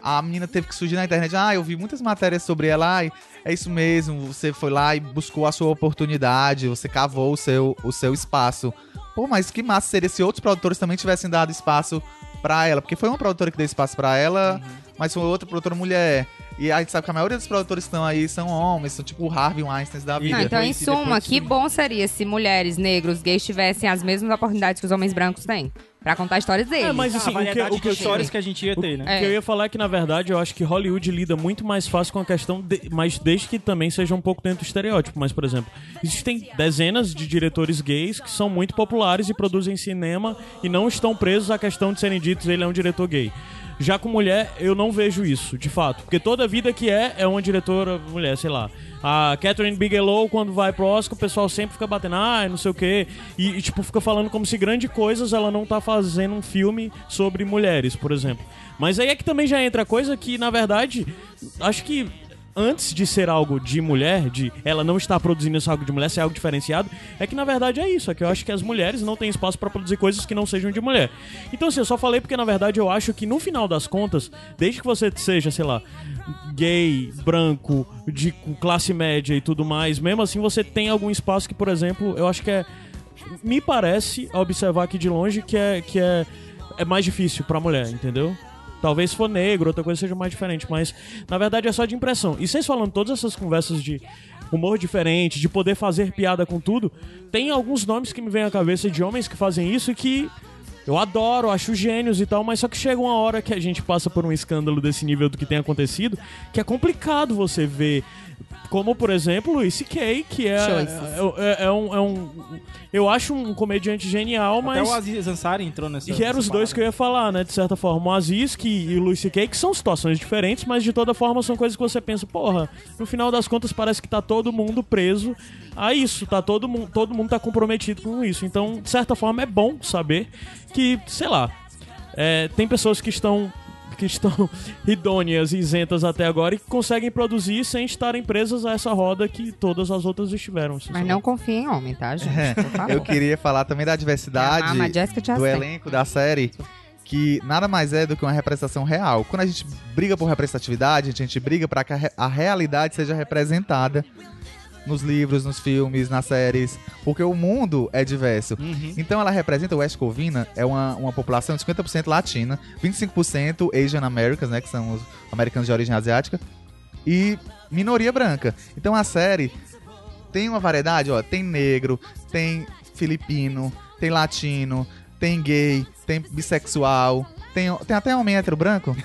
E: A menina teve que surgir na internet. Ah, eu vi muitas matérias sobre ela. Ai, é isso mesmo. Você foi lá e buscou a sua oportunidade. Você cavou o seu, o seu espaço. Pô, mas que massa seria se outros produtores também tivessem dado espaço pra ela. Porque foi uma produtora que deu espaço pra ela, mas foi outra produtora mulher. E a gente sabe que a maioria dos produtores que estão aí são homens. São tipo o Harvey Weinstein da
C: E
E: vida.
F: Não, então, em
C: depois- e depois
F: suma, que
C: sumiu.
F: bom seria se mulheres, negros, gays tivessem as mesmas oportunidades que os homens brancos têm pra contar histórias deles.
D: É, mas assim,
C: a
D: o que,
C: variedade
D: o que
C: de
D: eu
C: histórias que a gente ia ter, né?
F: É.
D: O que eu ia falar é que, na verdade, eu acho que Hollywood lida muito mais fácil com a questão, de- mas desde que também seja um pouco dentro do estereótipo. Mas, por exemplo, existem dezenas de diretores gays que são muito populares e produzem cinema e não estão presos à questão de serem ditos ele é um diretor gay. Já com mulher, eu não vejo isso, de fato. Porque toda vida que é, é uma diretora mulher, sei lá. A Catherine Bigelow, quando vai pro Oscar, o pessoal sempre fica batendo, ah, não sei o quê. E, e, tipo, fica falando como se grande coisas ela não tá fazendo um filme sobre mulheres, por exemplo. Mas aí é que também já entra a coisa que, na verdade, acho que antes de ser algo de mulher, de ela não estar produzindo isso algo de mulher, ser algo diferenciado, é que na verdade é isso, é que eu acho que as mulheres não têm espaço pra produzir coisas que não sejam de mulher. Então, assim, eu só falei porque na verdade eu acho que no final das contas, desde que você seja, sei lá, gay, branco, de classe média e tudo mais, mesmo assim você tem algum espaço que, por exemplo, eu acho que é me parece a observar aqui de longe que é que é, é mais difícil pra mulher, entendeu? Talvez se for negro, outra coisa seja mais diferente, mas na verdade é só de impressão. E vocês falando todas essas conversas de humor diferente, de poder fazer piada com tudo, tem alguns nomes que me vêm à cabeça de homens que fazem isso que eu adoro, acho gênios e tal, mas só que chega uma hora que a gente passa por um escândalo desse nível do que tem acontecido, que é complicado você ver. Como, por exemplo, Luis C.K., que é, é, é- é um, é um- Eu acho um comediante genial,
C: Até
D: mas.
C: o Aziz Ansari entrou nessa.
D: E que eram os
C: nessa
D: dois que eu
C: parada.
D: ia falar, né? De certa forma, o Aziz que, e o Luis C.K., que são situações diferentes, mas de toda forma são coisas que você pensa, porra, no final das contas parece que tá todo mundo preso a isso, tá todo mundo, todo mundo tá comprometido com isso. Então, de certa forma, é bom saber que, sei lá, é, tem pessoas que estão que estão [laughs] idôneas e isentas até agora e que conseguem produzir sem estarem presas a essa roda que todas as outras estiveram. assim,
F: Mas
D: sei
F: não
D: lá.
F: confia em homem, tá, gente? Por favor.
E: É, Eu queria falar também da diversidade
F: Ah, mas Jessica
E: do
F: Chastain.
E: elenco da série, que nada mais é do que uma representação real. Quando a gente briga por representatividade, a gente briga para que a, re- a realidade seja representada nos livros, nos filmes, nas séries, porque o mundo é diverso. Então ela representa o West Covina, é uma, uma população de 50% latina, 25% Asian Americans, né, que são os americanos de origem asiática, e minoria branca. Então a série tem uma variedade, ó, tem negro, tem filipino, tem latino, tem gay, tem bissexual, tem, tem até homem hétero branco.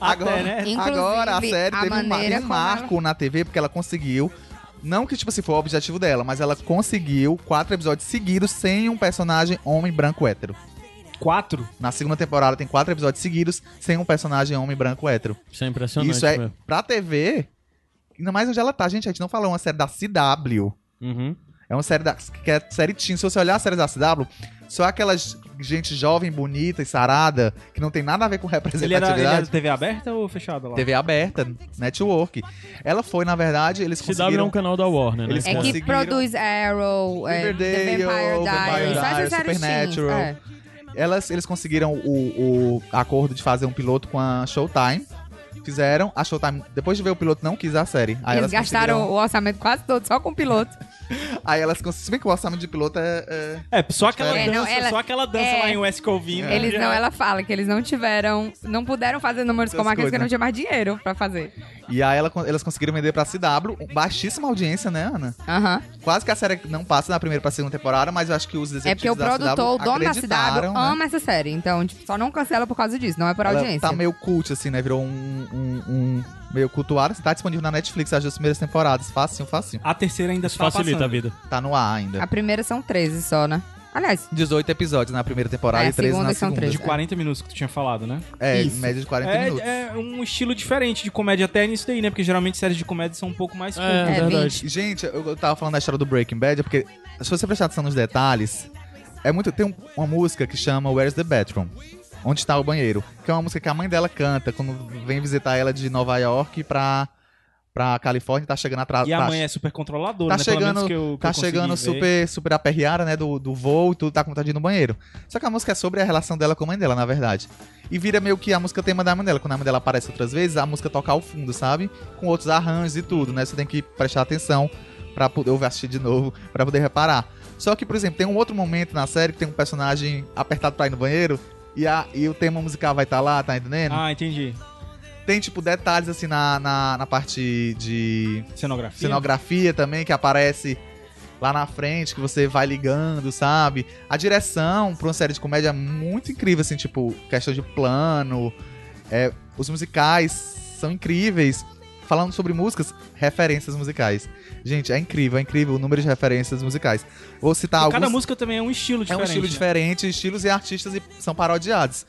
E: agora,
F: né?
E: agora a
F: Inclusive,
E: série
F: a
E: teve um ma-
F: maneira
E: um,
F: como
E: marco na TV porque ela conseguiu. Não que, tipo assim, foi o objetivo dela, mas ela conseguiu quatro episódios seguidos sem um personagem homem branco hétero.
C: Quatro?
E: Na segunda temporada tem quatro episódios seguidos sem um personagem homem branco hétero.
D: Isso é impressionante,
E: Isso é
D: meu.
E: pra TV, ainda mais onde ela tá. Gente, a gente não falou é uma série da CW.
D: Uhum.
E: É uma série da que é série teen. Se você olhar as séries da CW, só aquelas gente jovem, bonita e sarada, que não tem nada a ver com [laughs]
C: Ele era,
E: representatividade.
C: ele era TV aberta ou fechada lá?
E: TV aberta, network. Ela foi, na verdade, eles
D: CW é
E: conseguiram...
D: um canal da Warner, né?
E: Eles
F: É que
E: conseguiram-
F: produz Arrow, é, The
E: Riverdale,
F: Vampire
E: Vampire
F: Diaries, só essas
E: Diaries,
F: séries teens.
E: Supernatural.
F: É.
E: Elas, eles conseguiram o, o acordo de fazer um piloto com a Showtime. Fizeram. A Showtime, depois de ver o piloto, não quis a série. Aí elas
F: Eles gastaram
E: conseguiram-
F: o orçamento quase todo só com o piloto.
E: Aí elas conseguiram. Se bem que o orçamento de piloto é. é-
C: É, só aquela
F: É,
C: dança,
F: não, ela-
C: só aquela dança
F: é.
C: lá em West Covina.
F: Eles
C: Já-
F: não, ela fala que eles não tiveram, não puderam fazer números
E: Essas
F: como aqueles
E: coisas,
F: que
E: né?
F: não tinha mais dinheiro pra fazer.
E: E aí ela- elas conseguiram vender pra CW. Baixíssima audiência, né, Ana?
F: Aham.
E: Quase que a série não passa na primeira pra segunda temporada, mas eu acho que os
F: É porque o
E: executivos da
F: produtor, o
E: CW
F: dono da cidade,
E: acreditaram, né?
F: ama essa série. Então, tipo, só não cancela por causa disso, não é por
E: Ela
F: audiência.
E: Tá meio cult, assim, né? Virou um, um- um meio cultuado. Tá disponível na Netflix as duas primeiras temporadas. Facinho, facinho.
C: A terceira ainda
D: Isso
C: tá
D: facilita a
C: passando.
D: vida.
E: Tá no ar ainda.
F: A primeira são 13 só, né? Aliás,
E: 18 episódios na primeira temporada
F: É, a
E: e 13
F: segunda
E: na
F: são
E: segunda.
C: De
F: treze.
C: 40 minutos que tu tinha falado, né?
E: É, em
F: Isso.
E: média de 40
C: É,
E: minutos.
C: é um estilo diferente de comédia até nisso daí, né? Porque geralmente séries de comédia são um pouco mais curtas.
D: É,
F: é,
D: verdade.
F: 20.
E: Gente, eu eu tava falando da história do Breaking Bad, é porque se você prestar atenção nos detalhes, é muito. Tem um- uma música que chama Where's the Bathroom? Onde está o banheiro? Que é uma música que a mãe dela canta quando vem visitar ela de Nova York pra, pra Califórnia, tá chegando atrás.
C: E a
E: tá-
C: mãe é super controladora,
E: Tá
C: né? Pelo menos
E: chegando,
C: que eu, que
E: tá
C: eu consegui
E: chegando
C: ver.
E: super, super aperreada, né? Do, do voo e tudo, tá com vontade de ir no banheiro. Só que a música é sobre a relação dela com a mãe dela, na verdade. E vira meio que a música tema da mãe dela. Quando a mãe dela aparece outras vezes, a música toca ao fundo, sabe? Com outros arranjos e tudo, né? Você tem que prestar atenção pra poder eu vou assistir de novo, pra poder reparar. Só que, por exemplo, tem um outro momento na série que tem um personagem apertado pra ir no banheiro e, a, e o tema musical vai estar lá, tá entendendo?
C: Ah, entendi.
E: Tem, tipo, detalhes assim na, na, na parte de
C: Cenografia.
E: cenografia também que aparece lá na frente, que você vai ligando, sabe? A direção pra uma série de comédia é muito incrível, assim, tipo, questão de plano. é, os musicais são incríveis. Falando sobre músicas, referências musicais. Gente, é incrível, é incrível o número de referências musicais. Vou citar
C: E
E: alguns.
C: Cada música também é um estilo
E: É
C: diferente.
E: um estilo
C: né?
E: diferente, estilos e artistas e- são parodiados.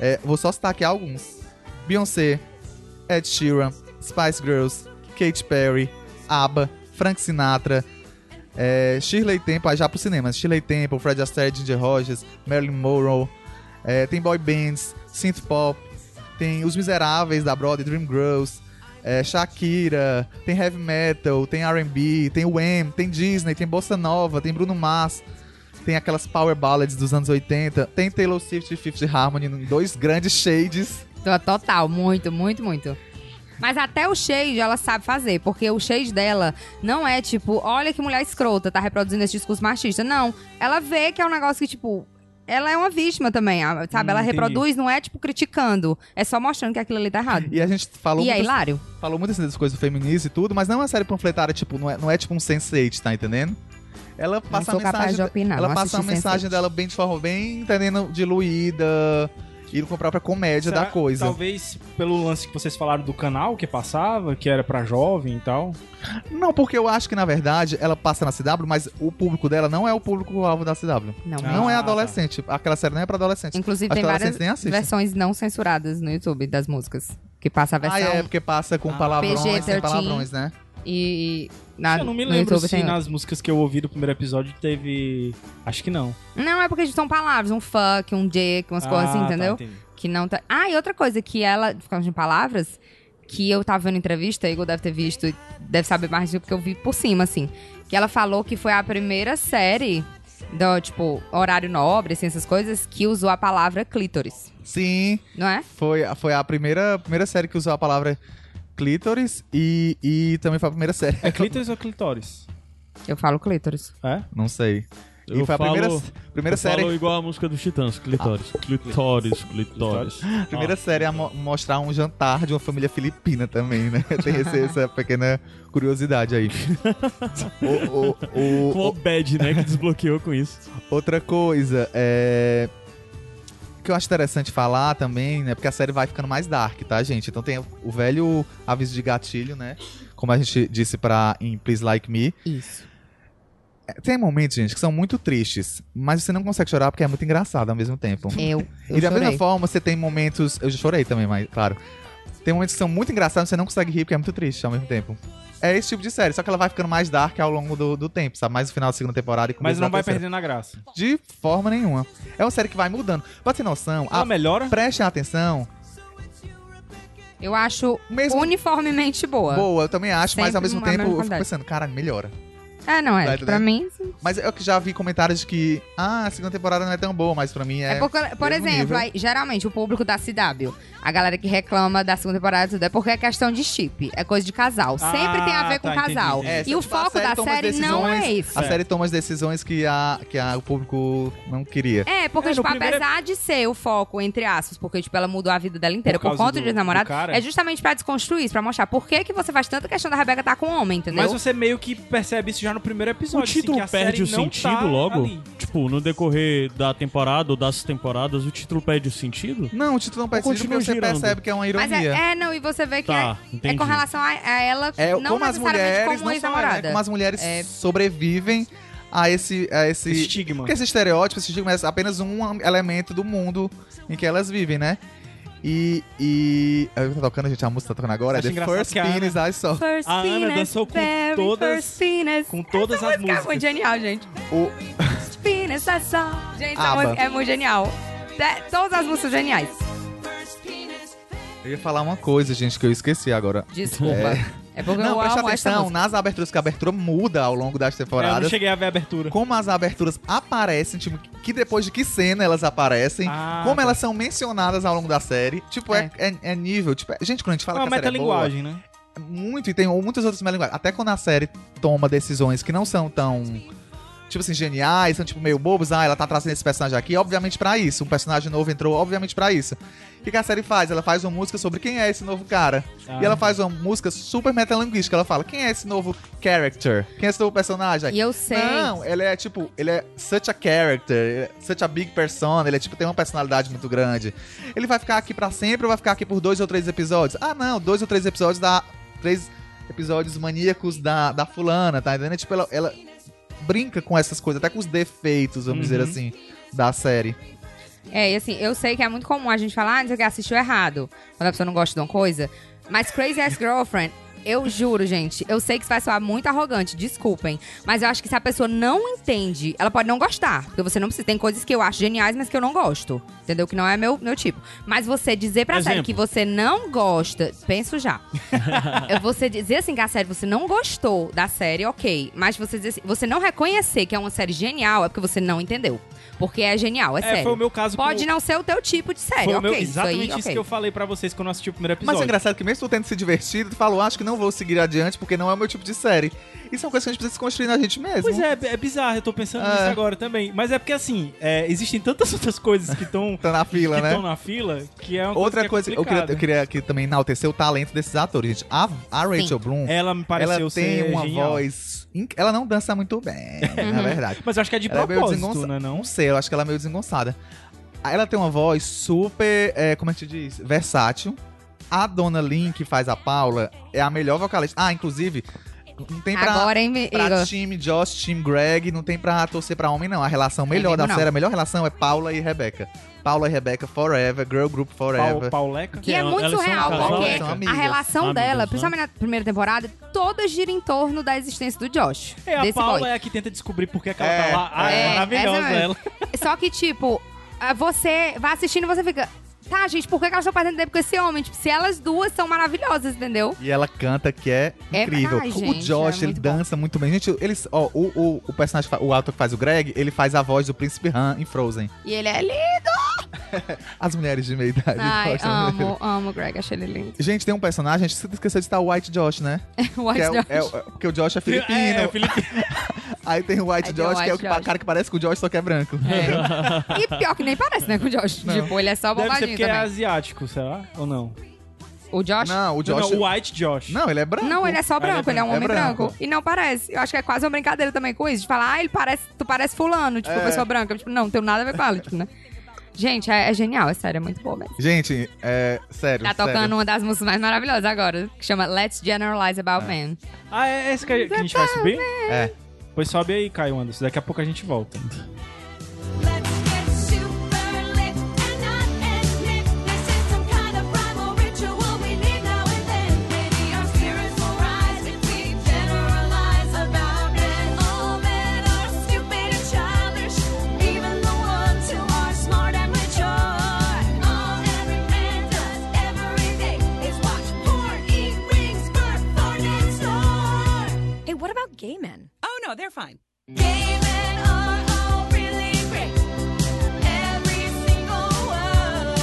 E: É, vou só citar aqui alguns: Beyoncé, Ed Sheeran, Spice Girls, Katy Perry, ABBA, Frank Sinatra, é, Shirley Temple, aí já pro cinema, Shirley Temple, Fred Astaire, Ginger Rogers, Marilyn Monroe, é, tem boy bands, synth pop, tem Os Miseráveis da Broadway, Dream Girls, é, Shakira, tem heavy metal, tem R&B, tem Wham, tem Disney, tem Bossa Nova, tem Bruno Mars, tem aquelas power ballads dos anos 80, tem Taylor Swift e Fifth Harmony, em dois grandes shades.
F: Tô- Total, muito, muito, muito. Mas até o shade ela sabe fazer, porque o shade dela não é tipo, olha que mulher escrota, tá reproduzindo esse discurso machista. Não, ela vê que é um negócio que, tipo, ela é uma vítima também, a- sabe?
C: Hum,
F: ela
C: entendi.
F: reproduz, não é, tipo, criticando, é só mostrando que aquilo ali tá errado.
E: E a gente falou
F: E é
E: muitas-
F: hilário.
E: falou muito assim, das coisas do feminismo e tudo, mas não é uma série panfletária, tipo, não é, não é tipo um sense8, tá entendendo? Ela passa
F: sou
E: a
F: capaz
E: mensagem,
F: de opinar,
E: ela
F: não
E: passa a
F: assisti
E: mensagem
F: Sense8.
E: dela bem de forma bem, entendendo, diluída e com a própria comédia
C: Será-
E: da coisa.
C: Talvez pelo lance que vocês falaram do canal que passava, que era pra jovem e tal.
E: Não, porque eu acho que na verdade ela passa na CW, mas o público dela não é o público alvo da CW.
F: Não,
C: Ah,
E: não é
C: tá.
E: adolescente, aquela série não é pra adolescente.
F: Inclusive,
E: Acho
F: tem
E: que
F: várias
E: adolescentes nem assistem.
F: versões não censuradas no YouTube das músicas. Que passa a
E: Ah,
F: versão
E: é, porque passa com
C: Ah.
E: palavrões,
F: PG-13.
E: sem palavrões, né?
F: e. e na-
C: eu não me
F: no
C: lembro
F: YouTube
C: se
F: tem-
C: nas músicas que eu ouvi do primeiro episódio teve. Acho que não.
F: Não, é porque são palavras, um fuck, um dick, umas coisas assim,
C: Ah, tá,
F: entendeu?
C: entendi.
F: Que não tá. Ah, e outra coisa que ela. Ficamos de palavras. Que eu tava vendo entrevista, Igor deve ter visto, e deve saber mais do que eu vi por cima, assim. Que ela falou que foi a primeira série do, tipo, horário nobre, assim, essas coisas, que usou a palavra clítoris,
E: Sim,
F: não é?
E: Foi, foi a primeira, primeira série que usou a palavra clítoris e, e também foi a primeira série.
C: É clítoris ou clitóris?
F: Eu falo clítoris.
C: É?
E: [laughs] Não sei.
D: Eu
E: e foi
D: falo-
E: a primeira, primeira
D: Eu falo
E: série, Ah,
D: igual a música dos Titãs, Clitóris. Clitóris, Clitóris.
E: primeira
D: Ah.
E: série a mo- mostrar um jantar de uma família filipina também, né? [laughs] Tem esse- essa pequena
D: [laughs]
E: curiosidade aí. O- o-
D: Com
E: o-
D: o Obed, né, que desbloqueou com isso.
E: outra coisa é. Que eu acho interessante falar também, né? Porque a série vai ficando mais dark, tá, gente? Então tem o velho aviso de gatilho, né? Como a gente disse pra, em Please Like Me.
F: Isso.
E: Tem momentos, gente, que são muito tristes, mas você não consegue chorar porque é muito engraçado ao mesmo tempo.
F: Eu. eu
E: e da
F: chorei.
E: mesma forma, você tem momentos. Eu já chorei também, mas claro. Tem momentos que são muito engraçados, você não consegue rir porque é muito triste ao mesmo tempo. É esse tipo de série, só que ela vai ficando mais dark ao longo do, do tempo, sabe? Mais no final da segunda temporada e começo
C: Mas não
E: da
C: vai
E: terceira.
C: perdendo a graça.
E: De forma nenhuma. É uma série que vai mudando. Pra ter noção,
C: Ela
E: a...
C: melhora?
E: prestem atenção.
F: Eu acho
E: Mesmo-
F: uniformemente boa.
E: Boa, eu também acho, mas ao
F: Sempre
E: mesmo
F: uma
E: tempo eu fico
F: qualidade.
E: pensando, caralho, melhora.
F: É, não, é.
E: Vai,
F: Pra
E: né?
F: mim,
E: Mas eu que já vi comentários de que, ah, a segunda temporada não é tão boa, mas pra mim é.
F: É porque, por
E: mesmo
F: exemplo,
E: nível.
F: aí, geralmente o público da CW, a galera que reclama da segunda temporada e tudo, é porque é questão de chip, é coisa de casal.
C: Ah,
F: Sempre tem a ver com
C: tá, entendi,
F: casal.
C: entendi.
E: É,
F: E o
E: tipo, a
F: foco da
E: toma as
F: série não é
E: decisões-
F: isso.
E: A série toma as decisões que, a, que a, o público não queria.
F: É, porque,
C: É, no
F: tipo,
C: primeiro-
F: apesar de ser o foco, entre aspas, porque, tipo, ela mudou a vida dela inteira
C: Por
F: por,
C: causa
F: conta
C: do-
F: de namorado,
C: do cara.
F: é justamente pra desconstruir isso, pra mostrar por que, que você faz tanta questão da Rebeca estar com um homem, entendeu?
C: Mas você meio que percebe isso já no primeiro
D: O
C: episódio. assim,
D: título
C: que a
D: perde
C: série
D: o
C: não
D: sentido
C: tá
D: logo?
C: ali.
D: Tipo, no decorrer da temporada ou das temporadas, o título perde o sentido?
E: Não, o título não
D: Eu
E: parece porque
D: continuo
E: você
D: girando.
E: percebe que é uma
F: Mas é,
E: ironia.
F: é, não, e você vê que
D: Tá,
F: é, é
D: entendi.
F: com relação a, a ela,
E: É,
F: não
E: como as mulheres,
F: necessariamente
E: não
F: como
E: só ela, né?
F: ex-namorada.
E: Como as mulheres
F: É.
E: sobrevivem a esse. A esse
C: Estigma.
E: Porque esse estereótipo, esse estigma é apenas um elemento do mundo em que elas vivem, né? E. e... Eu tô tocando, gente, a música tá tocando agora. É
C: Acho
E: The
C: engraçado
E: First
C: que a Ana-
E: Penis I Saw.
F: First
C: A Ah, Ana
F: penis,
C: dançou com
F: né? very
C: todas-
F: first penis.
C: Com todas as
F: música é muito
C: músicas.
F: genial, gente.
E: O-
F: First penis, I saw. Gente, essa
E: Aba.
F: música é muito genial. Te- Todas as músicas são geniais.
E: Eu ia falar uma coisa, gente, que eu esqueci agora.
F: Desculpa. É, porque
E: Não,
F: eu
E: presta
F: amo essa
E: atenção
F: música.
E: nas aberturas, que a abertura muda ao longo das
C: É, eu não
E: temporadas.
C: cheguei a ver a abertura.
E: como as aberturas aparecem, tipo, que depois de que cena elas aparecem,
C: Ah,
E: como
C: tá.
E: elas são mencionadas ao longo da série. Tipo, é, é- é nível. Tipo, é- gente, quando a gente
C: É
E: fala
C: uma
E: que a série é boa,
C: metalinguagem, né?
E: é muito, e tem muitas outras metalinguagens. Até quando a série toma decisões que não são tão, tipo assim, geniais, são tipo meio bobos. Ah, ela tá trazendo esse personagem aqui, obviamente pra isso. Um personagem novo entrou, obviamente pra isso. O que, que a série faz? Ela faz uma música sobre quem é esse novo cara.
C: Ah.
E: E ela faz uma música super metalinguística. Ela fala, quem é esse novo character? Quem é esse novo personagem?
F: E eu sei.
E: Não, ele é tipo, ele é such a character, ele é such a big persona, ele é tipo, tem uma personalidade muito grande. Ele vai ficar aqui pra sempre ou vai ficar aqui por dois ou três episódios? Ah, não, dois ou três episódios da. Três episódios maníacos da, da fulana, tá entendendo? É, Tipo, ela, ela brinca com essas coisas, até com os defeitos, vamos dizer
C: Uhum.
E: assim, da série.
F: É, e assim, eu sei que é muito comum a gente falar, ah, não sei o que, assistiu errado. Quando a pessoa não gosta de uma coisa. Mas Crazy Ass Girlfriend, eu juro, gente, eu sei que isso vai soar muito arrogante, desculpem. Mas eu acho que se a pessoa não entende, ela pode não gostar. Porque você não precisa. Tem coisas que eu acho geniais, mas que eu não gosto. Entendeu? Que não é meu, meu tipo. Mas você dizer pra série
D: Exemplo.
F: que você não gosta, penso já. É você dizer assim que a série você não gostou da série, ok. Mas você dizer assim, você não reconhecer que é uma série genial é porque você não entendeu. Porque é genial, é,
C: É,
F: sério.
C: foi o meu caso com
F: Pode
C: o-
F: não ser o teu tipo de série,
C: Foi o
F: ok.
C: meu- exatamente isso,
F: aí, ok.
C: que eu falei pra vocês quando eu assisti o primeiro episódio.
E: Mas é engraçado que mesmo tu tendo se divertido, tu falou, acho que não vou seguir adiante porque não é o meu tipo de série. Isso é uma coisa que a gente precisa se construir na gente mesmo.
C: Pois é, é bizarro, eu tô pensando nisso
E: né? É.
C: agora também. Mas é porque assim, é, existem tantas [laughs] outras coisas que
E: [laughs]
C: estão
E: Tá na fila, né?
C: na fila que é uma
E: Outra coisa,
C: que é
E: eu, queria,
C: complicada.
E: eu queria aqui também enaltecer o talento desses atores, gente. A, a Rachel Bloom,
C: Ela me É, pareceu
E: ela tem
C: ser
E: uma
C: genial.
E: voz. inc- Ela não dança muito
F: [laughs]
E: bem,
F: Uhum.
E: na verdade.
C: Mas eu acho que é de
E: Ela é meio
C: propósito,
E: desengonça-
C: né? Não?
E: Não sei, eu acho que ela é meio desengonçada. Ah, Ela tem uma voz super, é, como é que se diz? Versátil. A Dona Lin, que faz a Paula, é a melhor vocalista. Ah, inclusive, não tem pra.
F: Agora, hein,
E: Pra
F: Igor?
E: time Josh, time Greg, não tem pra torcer pra homem, não. A relação melhor
F: É mesmo,
E: da
F: não.
E: série, a melhor relação é Paula e Rebeca. Paula e Rebeca forever, girl group forever.
C: Pau, Pauleca.
F: Que é
D: Elas-
F: muito
D: elas são
F: surreal,
D: casal,
E: elas
F: porque
E: são
F: a
E: amigas.
F: relação
D: Amigas,
F: dela,
D: né?
F: principalmente na primeira temporada, toda gira em torno da existência do Josh.
C: É, a
F: desse
C: Paula
F: boy.
C: é a que tenta descobrir por que, que ela
E: É,
C: tá lá. Ah, é,
F: é,
C: maravilhosa
F: essa mesmo.
C: ela.
F: Só que, tipo, ah, você vai assistindo e você fica. Tá, gente, por que que elas estão fazendo tempo com esse homem? Tipo, se elas duas são maravilhosas, entendeu?
E: E ela canta que é
F: É-
E: incrível.
F: Ai,
E: o
F: gente,
E: Josh,
F: é
E: ele
F: muito
E: dança muito bem. Gente, eles, ó, o, o, o personagem, fa- o ator que faz o Greg, ele faz a voz do Príncipe Han em Frozen.
F: E ele é lindo.
E: As mulheres de meia idade
F: Ai,
E: gostam dele.
F: amo, amo o Greg, achei ele lindo. [laughs]
E: Gente, tem um personagem, a gente esqueceu de citar o White Josh, né?
F: White
E: que é, o-
F: Josh.
E: é o- é- porque o Josh é filipino.
C: É, o
F: Tá
C: Felipe.
E: Aí tem o White
F: Aí tem o
E: Josh, que é o
F: White
E: que-
F: Josh.
E: cara que parece com o Josh, só que é branco.
F: É. E pior que nem parece, né, com o Josh. Tipo, ele é só
C: Deve ser
F: bombadinho
C: porque é
F: também.
C: asiático, será? Ou não?
F: O Josh?
E: Não, o Josh...
C: Não, o White Josh.
E: Não, ele é branco.
F: Não, ele é só
C: Ele é
F: branco, ele é um
E: branco.
F: homem
E: É branco.
F: branco. E não parece. Eu acho que é quase uma brincadeira também com isso, de falar, ah, ele parece, tu parece fulano, tipo,
E: É.
F: pessoa branca. Tipo, não, não tem nada a ver com ela, tipo, né? Gente, é, é genial, é sério, é muito bom mesmo.
E: Gente, é... Sério,
F: Tá
E: sério.
F: tocando uma das músicas mais maravilhosas agora, que chama Let's Generalize About Men.
C: Ah, é esse que a, que a gente vai subir?
E: É.
C: Pois sobe aí, Caio Anderson. Daqui a pouco a gente volta.
I: Let's get super lit and not ethnic. This is some kind of primal ritual we need now and then. Maybe our spirits will rise if we
H: about gay men?
J: Oh no, they're fine.
I: Gay men are all really great. Every single one.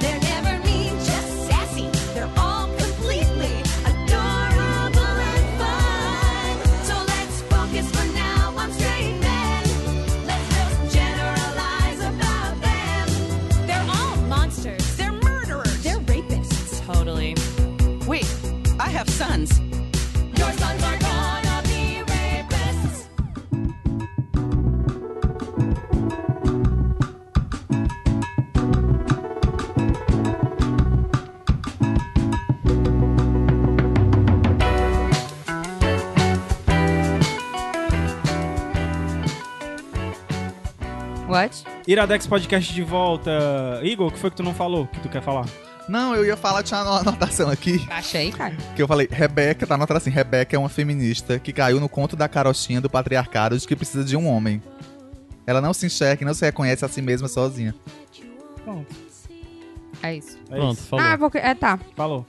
I: They're e-, never mean, just sassy. They're all completely adorable and fun. So let's focus for now on straight men. Let's just generalize about them.
H: They're all monsters.
J: They're murderers.
H: They're rapists.
J: totally. Wait, I have sons.
I: Your sons are gonna be rapists.
F: What?
C: Iradex Podcast de volta. Igor, o que foi que tu não falou que tu quer falar?
E: Não, eu ia falar, tinha uma anotação aqui.
F: Achei, cara.
E: Que eu falei, Rebeca, tá anotado assim, Rebeca é uma feminista que caiu no conto da carochinha do patriarcado de que precisa de um homem. Ela não se enxerga e não se reconhece a si mesma sozinha.
C: Pronto.
F: É isso.
C: É
D: Pronto,
C: isso.
D: falou.
F: Ah, porque. É, tá.
C: Falou.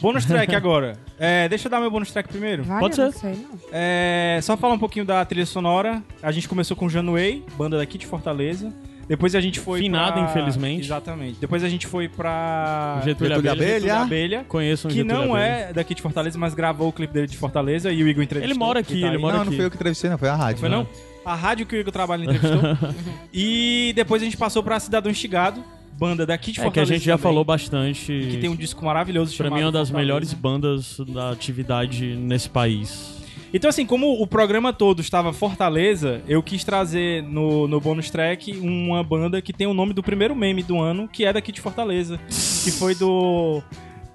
C: Bônus track agora. É, deixa eu dar meu bônus track primeiro.
F: Vale,
D: Pode
F: eu
D: ser.
F: Não sei, não.
C: É, só falar um pouquinho da trilha sonora. A gente começou com Januei, banda daqui de Fortaleza. Depois a gente foi
D: Finada,
C: pra-
D: infelizmente.
C: Exatamente. Depois a gente foi pra...
D: Getúlio
E: Getúlio
D: Um Abelha.
E: Abelha.
C: Getúlio Abelha.
D: Conheço um
C: Que
D: Getúlio
C: não
D: Abelha.
C: é daqui de Fortaleza, mas gravou o clipe dele de Fortaleza e o Igor entrevistou.
D: Ele mora
C: que
D: aqui,
C: tá
D: ele
C: aí.
D: mora
E: não, não
D: aqui.
E: foi eu que entrevistei, não, foi a rádio.
C: Foi não? A rádio que o Igor trabalha ele
D: [laughs]
C: entrevistou. e depois a gente passou pra Cidadão Instigado, banda daqui de
D: É que a
C: Fortaleza.
D: gente já
C: também,
D: falou bastante.
C: Que tem um disco maravilhoso
D: Pra
C: chamado
D: mim é uma das
C: Fortaleza.
D: melhores bandas da atividade nesse país.
C: Então, assim, como o programa todo estava Fortaleza, eu quis trazer no, no bonus track uma banda que tem o nome do primeiro meme do ano, que é daqui de Fortaleza. Que foi do.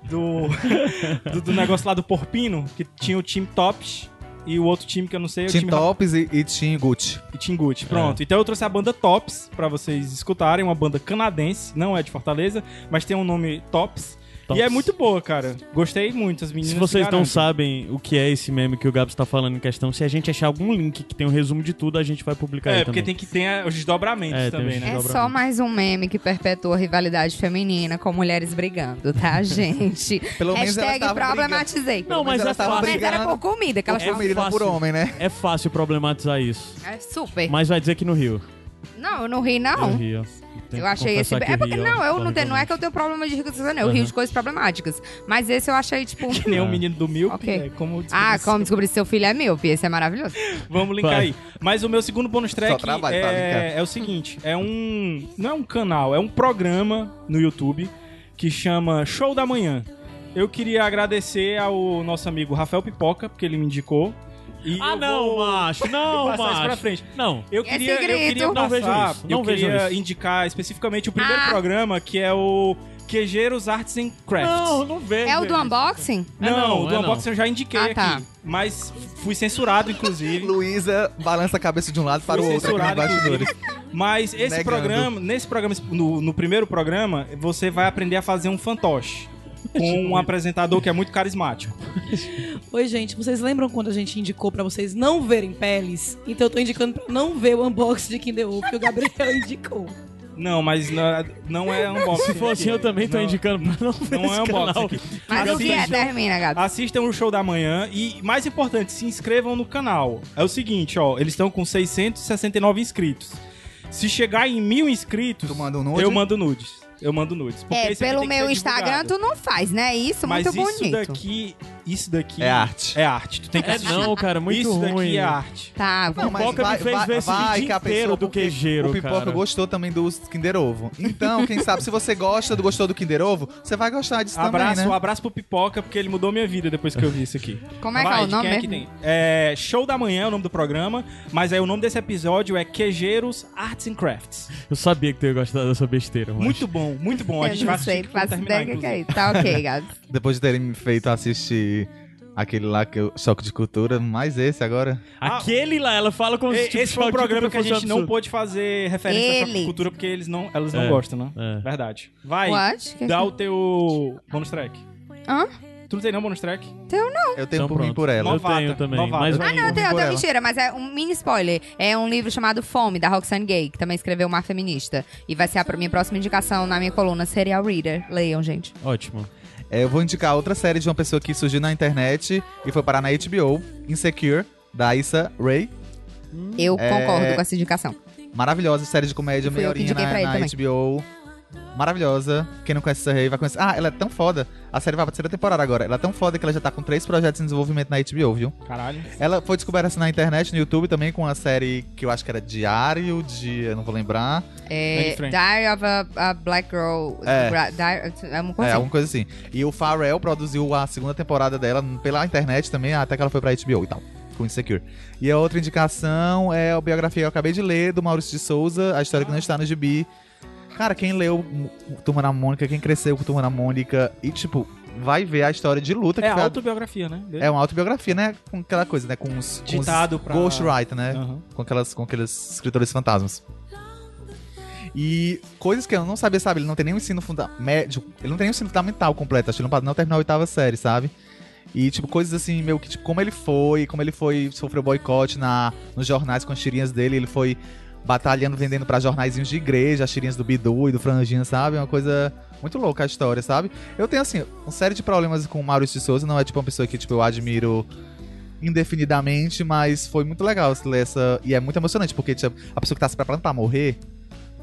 C: Do, [laughs] do, do negócio lá do Porpino, que tinha o time Tops e o outro time que eu não sei. o
E: Tim
C: time
E: Tops e, e Tim Gucci.
C: e
D: É.
C: Tinguti. Pronto. Então eu trouxe a banda Tops pra vocês escutarem, uma banda canadense, não é de Fortaleza, mas tem um nome Tops.
D: Tops.
C: E é muito boa, cara. Gostei muito, as meninas.
D: Se vocês
C: se
D: não
C: garantem.
D: sabem o que é esse meme que o Gabs tá falando em questão, se a gente achar algum link que tem um resumo de tudo, a gente vai publicar
C: É,
D: aí
C: porque
D: também.
C: tem que ter os desdobramentos
D: É, tem
C: também,
D: os
C: né?
F: É
D: Dobra-
F: só mais um meme que perpetua a rivalidade feminina com mulheres
E: [laughs]
F: brigando, tá, gente?
E: Pelo menos ela
F: Hashtag
E: tava
F: problematizei.
D: Não, mas
E: ela
D: é
E: tava
F: Pelo menos era
E: brigando
F: por comida que
E: com
F: elas estavam.
E: feminina por
D: fácil.
E: homem, né?
D: É fácil problematizar isso.
F: É super.
D: Mas vai dizer que no Rio.
F: Não, eu não ri,
D: Eu
F: não.
D: ri, ó. Tem
F: Tá Eu
D: que
F: achei esse.
D: confessar que
F: É porque,
D: ri, ó,
F: não, eu não, tenho- não é
D: claramente.
F: que eu tenho problema de rico, não. Eu rio de coisas problemáticas. Mas esse eu achei, tipo.
C: né? Que nem o menino do Milk,
F: Ok.
C: é, como
F: ah,
C: descobri-
F: como descobrir se seu filho é míope. Esse é maravilhoso.
C: Vamos linkar
D: Vai.
C: aí. Mas o meu segundo bônus track
E: Só trabalho tá pra
C: é,
E: linkar.
C: é o seguinte: é um. Não é um canal, é um programa no YouTube que chama Show da Manhã. Eu queria agradecer ao nosso amigo Rafael Pipoca, porque ele me indicou. E
D: Ah,
C: eu
D: não,
C: vou
D: macho. Não,
C: passar isso
D: macho.
C: pra frente.
D: Não.
C: Eu
F: Esse
C: queria, eu
F: grito.
C: queria
F: Não
C: passar,
D: vejam isso, não
C: eu
D: vejam
C: queria
D: isso.
C: indicar especificamente o primeiro
F: Ah.
C: programa, que é o Quejeiros Arts and Crafts.
D: Não, não vejo.
F: É o do unboxing?
D: É
C: Não,
D: não,
C: o do
D: é não.
C: unboxing eu já indiquei
F: Ah, tá.
C: aqui, mas fui censurado,
E: [laughs]
C: inclusive.
E: Luísa balança a cabeça de um lado para o
C: Fui
E: outro aqui nos
C: censurado,
E: bastidores.
C: Mas esse
E: Negando.
C: programa, nesse programa, no, no primeiro programa, você vai aprender a fazer um fantoche.
D: [laughs]
C: Com um apresentador que é muito carismático.
K: Oi, gente, vocês lembram quando a gente indicou pra vocês não verem peles? Então eu tô indicando pra não ver o unboxing de Kinder Ovo que o Gabriel [laughs] indicou.
C: Não, mas na- não, é unboxing.
D: Se fosse eu também tô
C: Não,
D: indicando pra não ver
C: Não é
D: esse
C: unboxing.
D: canal. assim,
C: Aqui.
F: Mas o que é? Termina, gato.
C: Assistam o show da manhã e, mais importante, se inscrevam no canal. É o seguinte, ó, eles estão com 669 inscritos. Se chegar em mil inscritos,
E: Tu manda um nude?
C: eu mando nudes. Eu mando nudes. Porque isso
F: É,
C: aqui
F: pelo
C: tem que
F: meu
C: ser divulgado.
F: Instagram tu não faz, né? Isso,
C: Mas
F: muito
C: isso
F: bonito.
C: daqui, isso daqui
E: É arte.
C: É arte. Tu tem que
D: É
C: assistir.
D: não, cara, muito
C: isso
D: ruim.
C: daqui é arte.
F: Tá,
E: Não, mas
D: Pipoca me fez ver esse vídeo
E: que a
D: inteiro do
E: porque
D: queijeiro,
E: O Pipoca
D: cara.
E: gostou também do Kinder Ovo. Então, quem sabe, se você gosta do gostou do Kinder Ovo, você vai gostar disso
C: Abraço,
E: também,
C: um
E: né?
C: abraço pro Pipoca, porque ele mudou minha vida depois que eu vi isso aqui.
F: Como é que é
C: Vai,
F: o
C: de
F: nome
C: quem é que
F: mesmo?
C: tem? É, Show da Manhã é o nome do programa, mas aí o nome desse episódio é Quejeiros Arts and Crafts.
D: Eu sabia que tu ia gostar dessa besteira, mano.
C: Muito bom, muito bom. A
F: eu
C: gente vai
F: não
C: assistir
F: sei,
C: quando
F: faço
C: terminar,
F: ideia do que é
C: inclusive.
F: isso. Tá ok, gato.
E: Depois de terem me feito assistir aquele lá, que eu, Choque de Cultura, mais esse agora.
D: Aquele lá, ela fala como se
C: Ah, E-
D: tipo,
C: Esse foi um
D: choque de
C: programa que a
D: cultura
C: gente
D: fosse um
C: não pôde fazer referência à Choque de
F: Ele.
C: cultura porque eles não, elas não
D: É,
C: gostam, né?
D: é.
C: Verdade. Vai,
F: What? Que-
C: dá o teu bonus track.
F: Hã?
C: Tu não tem não bonus track?
E: Eu tenho
D: Então
E: por mim
D: pronto.
E: por ela.
D: Eu
C: Novata,
D: tenho também,
C: novata.
D: mas
F: Ah,
D: vai-
F: não, eu tenho, eu
E: por
F: tenho
E: ela.
F: mentira, mas é um mini spoiler. É um livro chamado Fome, da Roxane Gay, que também escreveu Mar Feminista. E vai ser a minha próxima indicação na minha coluna Serial Reader. Leiam, gente.
D: Ótimo.
E: É, eu vou indicar outra série de uma pessoa que surgiu na internet e foi parar na HBO, Insecure. da Issa Rae.
F: Eu
E: É,
F: concordo com essa indicação.
E: Maravilhosa série de comédia,
F: Fui
E: meia
F: eu que
E: horinha
F: indiquei pra ele
E: na, na
F: também.
E: HBO. Maravilhosa. Quem não conhece essa Rae vai conhecer. Ah, ela é tão foda. A série vai pra terceira temporada agora. Ela é tão foda que ela já tá com três projetos em desenvolvimento na HBO, viu?
C: Caralho.
E: Ela foi descoberta assim, na internet, no YouTube também, com a série que eu acho que era Diário de. Eu não vou lembrar.
F: É,
E: Anne Frank.
F: Diary of a, a Black Girl.
E: É.
F: Bra- Diary- é uma coisa
E: É,
F: assim.
E: alguma coisa assim. E o Pharrell produziu a segunda temporada dela pela internet também, até que ela foi pra HBO e tal, com Insecure. E a outra indicação é a biografia que eu acabei de ler, do Maurício de Souza, A História Que Não Está no Gibi. Cara, quem leu o Turma da Mônica, quem cresceu com o Turma da Mônica e, tipo, vai ver a história de luta que
C: É
E: foi a-
C: autobiografia, né?
E: É uma autobiografia, né? Com aquela coisa, né? Com os, com os
C: Ditado pra-
E: Ghostwriter, né?
C: Aham.
E: Com, aquelas, com aqueles escritores fantasmas. E coisas que eu não sabia, sabe? Ele não tem nenhum ensino funda- médio. Ele não tem nenhum ensino fundamental completo. Acho que ele não, pa- não terminou a oitava série, sabe? E, tipo, coisas assim, meio que, tipo, como ele foi, como ele foi, sofreu boicote na, nos jornais com as tirinhas dele, ele foi batalhando, vendendo pra jornaizinhos de igreja, as tirinhas do Bidu e do Franjinha, sabe? Uma coisa muito louca a história, sabe? Eu tenho, assim, uma série de problemas com o Maurício de Souza, não é, tipo, uma pessoa que, tipo, eu admiro indefinidamente, mas foi muito legal ler essa, e é muito emocionante, porque, tipo, a pessoa que tá se preparando pra morrer,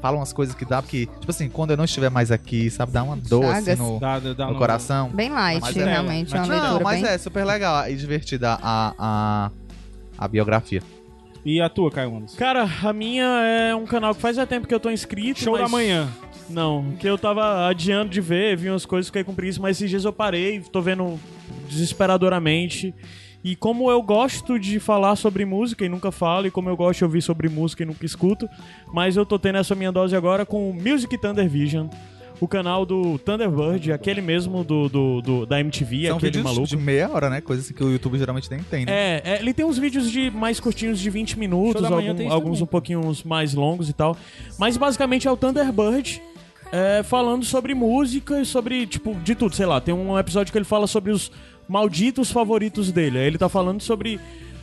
E: fala umas coisas que dá, porque, tipo assim, quando eu não estiver mais aqui, sabe, dá uma dor, assim,
F: Chagas.
E: no,
C: Dá- dá- dá
E: no
C: no-
E: coração.
F: Bem light,
E: Mas é-
F: realmente.
C: mas
F: uma
C: é-
E: Não,
F: leitura
E: mas
F: bem...
E: é super legal e divertida a, a, a biografia.
C: E a tua, Caio Gomes?
D: Cara, a minha é um canal que faz é tempo que eu tô inscrito.
C: Show
D: mas-
C: da manhã.
D: Não, que eu tava adiando de ver, vi umas coisas, fiquei com preguiça, mas esses dias eu parei, tô vendo desesperadoramente. E como eu gosto de falar sobre música e nunca falo, e como eu gosto de ouvir sobre música e nunca escuto, mas eu tô tendo essa minha dose agora com o Music Thunder Vision, o canal do Thunderbird, aquele mesmo do, do- do- da MTV,
E: São
D: aquele
E: vídeos
D: maluco.
E: de meia hora, né? Coisa assim que o YouTube geralmente nem tem, né?
D: É, é, ele tem uns vídeos de mais curtinhos de 20 minutos,
C: Show da manhã
D: algum-
C: tem isso
D: alguns
C: também.
D: um pouquinho mais longos e tal. Mas basicamente é o Thunderbird é, falando sobre música e sobre, tipo, de tudo, sei lá. Tem um episódio que ele fala sobre os malditos favoritos dele. Aí ele tá falando sobre.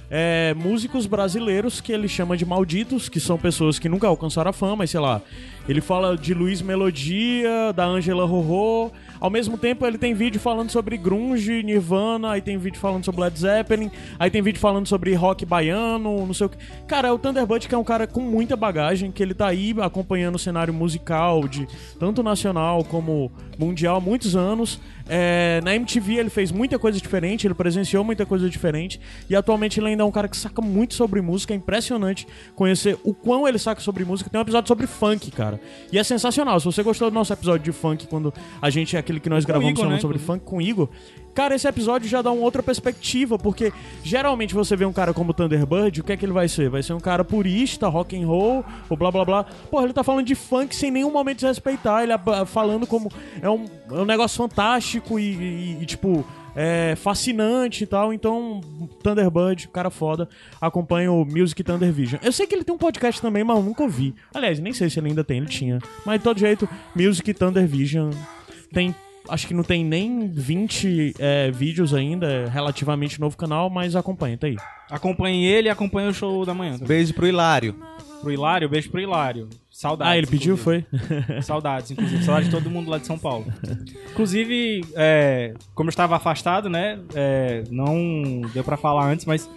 D: é, músicos brasileiros que ele chama de malditos, que são pessoas que nunca alcançaram a fama, e sei lá. Ele fala de Luiz Melodia, da Angela Rorô. Ao mesmo tempo, ele tem vídeo falando sobre grunge, Nirvana, aí tem vídeo falando sobre Led Zeppelin, aí tem vídeo falando sobre rock baiano, não sei o que. Cara, é o Thunderbird que é um cara com muita bagagem, que ele tá aí acompanhando o cenário musical de tanto nacional como mundial há muitos anos. É, na MTV ele fez muita coisa diferente, ele presenciou muita coisa diferente e atualmente ele ainda é um cara que saca muito sobre música, é impressionante conhecer o quão ele saca sobre música. Tem um episódio sobre funk, cara. E é sensacional. Se você gostou do nosso episódio de funk quando a gente é aquele que nós gravamos
C: Igor,
D: falando
C: né,
D: sobre
C: inclusive.
D: funk com o Igor, cara, esse episódio já dá uma outra perspectiva, porque geralmente você vê um cara como o Thunderbird, o que é que ele vai ser? Vai ser um cara purista, rock and roll, ou blá blá blá. Porra, ele tá falando de funk sem nenhum momento desrespeitar, ele ab- falando como é um, é um negócio fantástico e, e- e, tipo. É fascinante e tal, então Thunderbird, cara foda, acompanha o Music Thunder Vision. Eu sei que ele tem um podcast também, mas eu nunca ouvi. Aliás, nem sei se ele ainda tem, ele tinha. Mas de todo jeito, Music Thunder Vision tem. Acho que não tem nem 20 é, vídeos ainda, é relativamente novo canal, mas acompanha, tá aí.
C: Acompanhe ele e acompanhe o show da manhã. também.
E: Um Beijo pro Hilário.
C: Pro Hilário, beijo pro Hilário. Saudades.
D: ah, ele pediu,
C: inclusive.
D: foi?
C: Saudades, inclusive. Saudades de todo mundo lá de São Paulo. Inclusive, é, como eu estava afastado, né? é, não deu pra falar antes, mas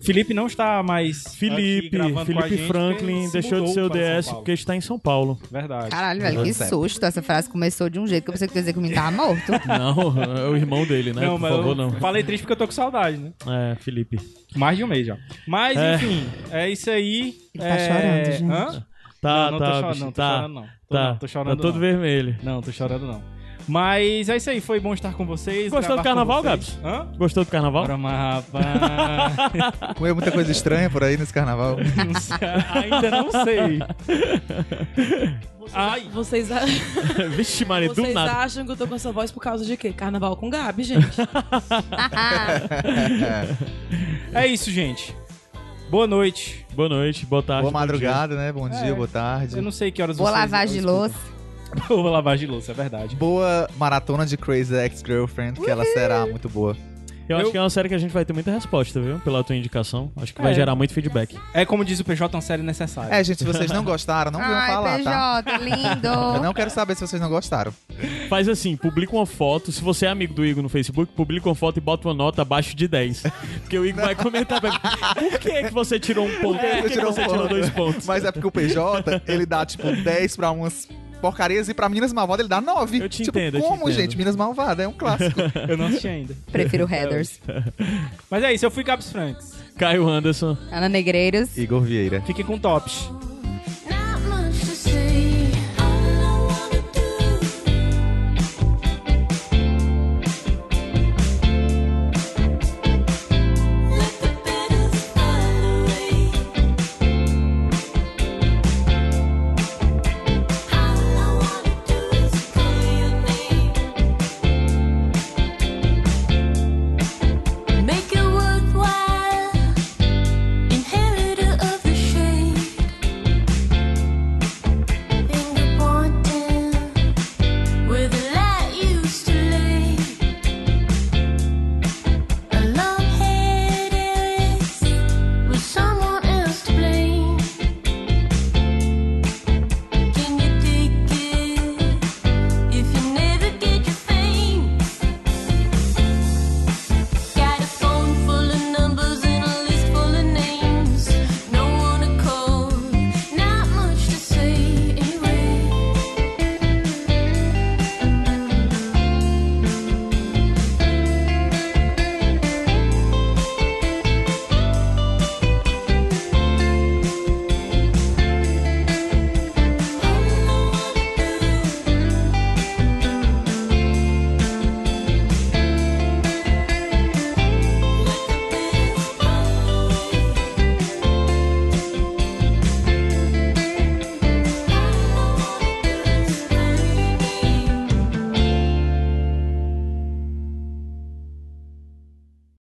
C: Felipe não está mais. Tá aqui
D: Felipe,
C: gravando com a
D: Felipe
C: gente, porque
D: Franklin
C: se
D: deixou de
C: mudou
D: ser o
C: para São
D: DS
C: Paulo.
D: porque está em São
C: [laughs]
D: Paulo.
C: Verdade.
F: Caralho, velho, que
E: Certo.
F: susto. Essa frase começou de um jeito que eu pensei que ia dizer que
E: [laughs]
F: o menino tava morto.
D: Não, [laughs] é o irmão dele, né?
C: não,
D: Por
C: mas
D: favor,
C: eu
D: não.
C: falei triste porque eu tô com saudade, né?
D: É, Felipe.
C: Mais de um mês já. Mas,
D: É.
C: enfim, é isso aí.
F: Ele tá
C: é...
F: chorando, gente.
C: Hã?
D: Tá,
C: não, não
D: tá,
C: tô chorando,
D: bicho,
C: não, tô
D: tá,
C: chorando, não. Tô,
D: tá.
C: não, tô chorando,
D: Tá todo
C: não.
D: vermelho.
C: Não, tô chorando, não. Mas é isso aí, foi bom estar com vocês.
D: Gostou do
C: gravar com
D: carnaval,
C: vocês. Hã?
D: Gostou do carnaval?
C: Bora, mas, rapaz.
E: Comeu muita coisa estranha por aí
D: [laughs]
E: nesse carnaval.
C: Não sei, Ainda não sei. [laughs] Ai,
K: Vocês, a-
D: [laughs] Vixe, Maria, do
K: vocês
D: nada.
K: acham que eu tô com essa voz por causa de quê? Carnaval com Gabi, gente.
C: é isso, gente. Boa noite.
D: Boa noite, boa tarde.
E: Boa
D: bom dia.
E: madrugada, né? Bom dia,
C: É.
E: boa tarde.
C: Eu não sei que horas
F: Vou
C: vocês...
F: lavar de louça.
C: [laughs] Vou lavar de louça, é verdade.
E: Boa maratona de Crazy Ex-Girlfriend, que ela será muito boa.
D: Eu, acho
C: Eu-
D: que é uma série que a gente vai ter muita resposta, viu? Pela tua indicação. Acho que vai
C: É.
D: gerar muito feedback.
C: É como diz o PJ, uma série necessária.
E: É, gente, se vocês não gostaram, não venham
F: Ai,
E: falar, tá?
F: PJ, lindo.
E: Eu não quero saber se vocês não gostaram.
D: Faz assim, publica uma foto. Se você é amigo do Igor no Facebook, publica uma foto e bota uma nota abaixo de 10. Porque o Igor vai comentar. Vai... Por que, é que você tirou um ponto? Por que, que
E: tirou
D: você
E: um
D: tirou
E: ponto.
D: dois pontos?
E: Mas é porque o PJ, ele dá, tipo, 10 pra umas porcarias e pra Minas Malvadas ele dá 9.
D: Eu te
E: tipo,
D: entendo, eu te
E: como,
D: entendo.
E: gente? Minas Malvada é um clássico.
C: Eu não assisti ainda.
F: Prefiro Heathers.
C: Mas é isso, eu fui Gabs Franks.
D: Caio Anderson.
F: Ana
E: [laughs]
F: Negreiros.
E: Igor Vieira.
C: Fiquem com tops.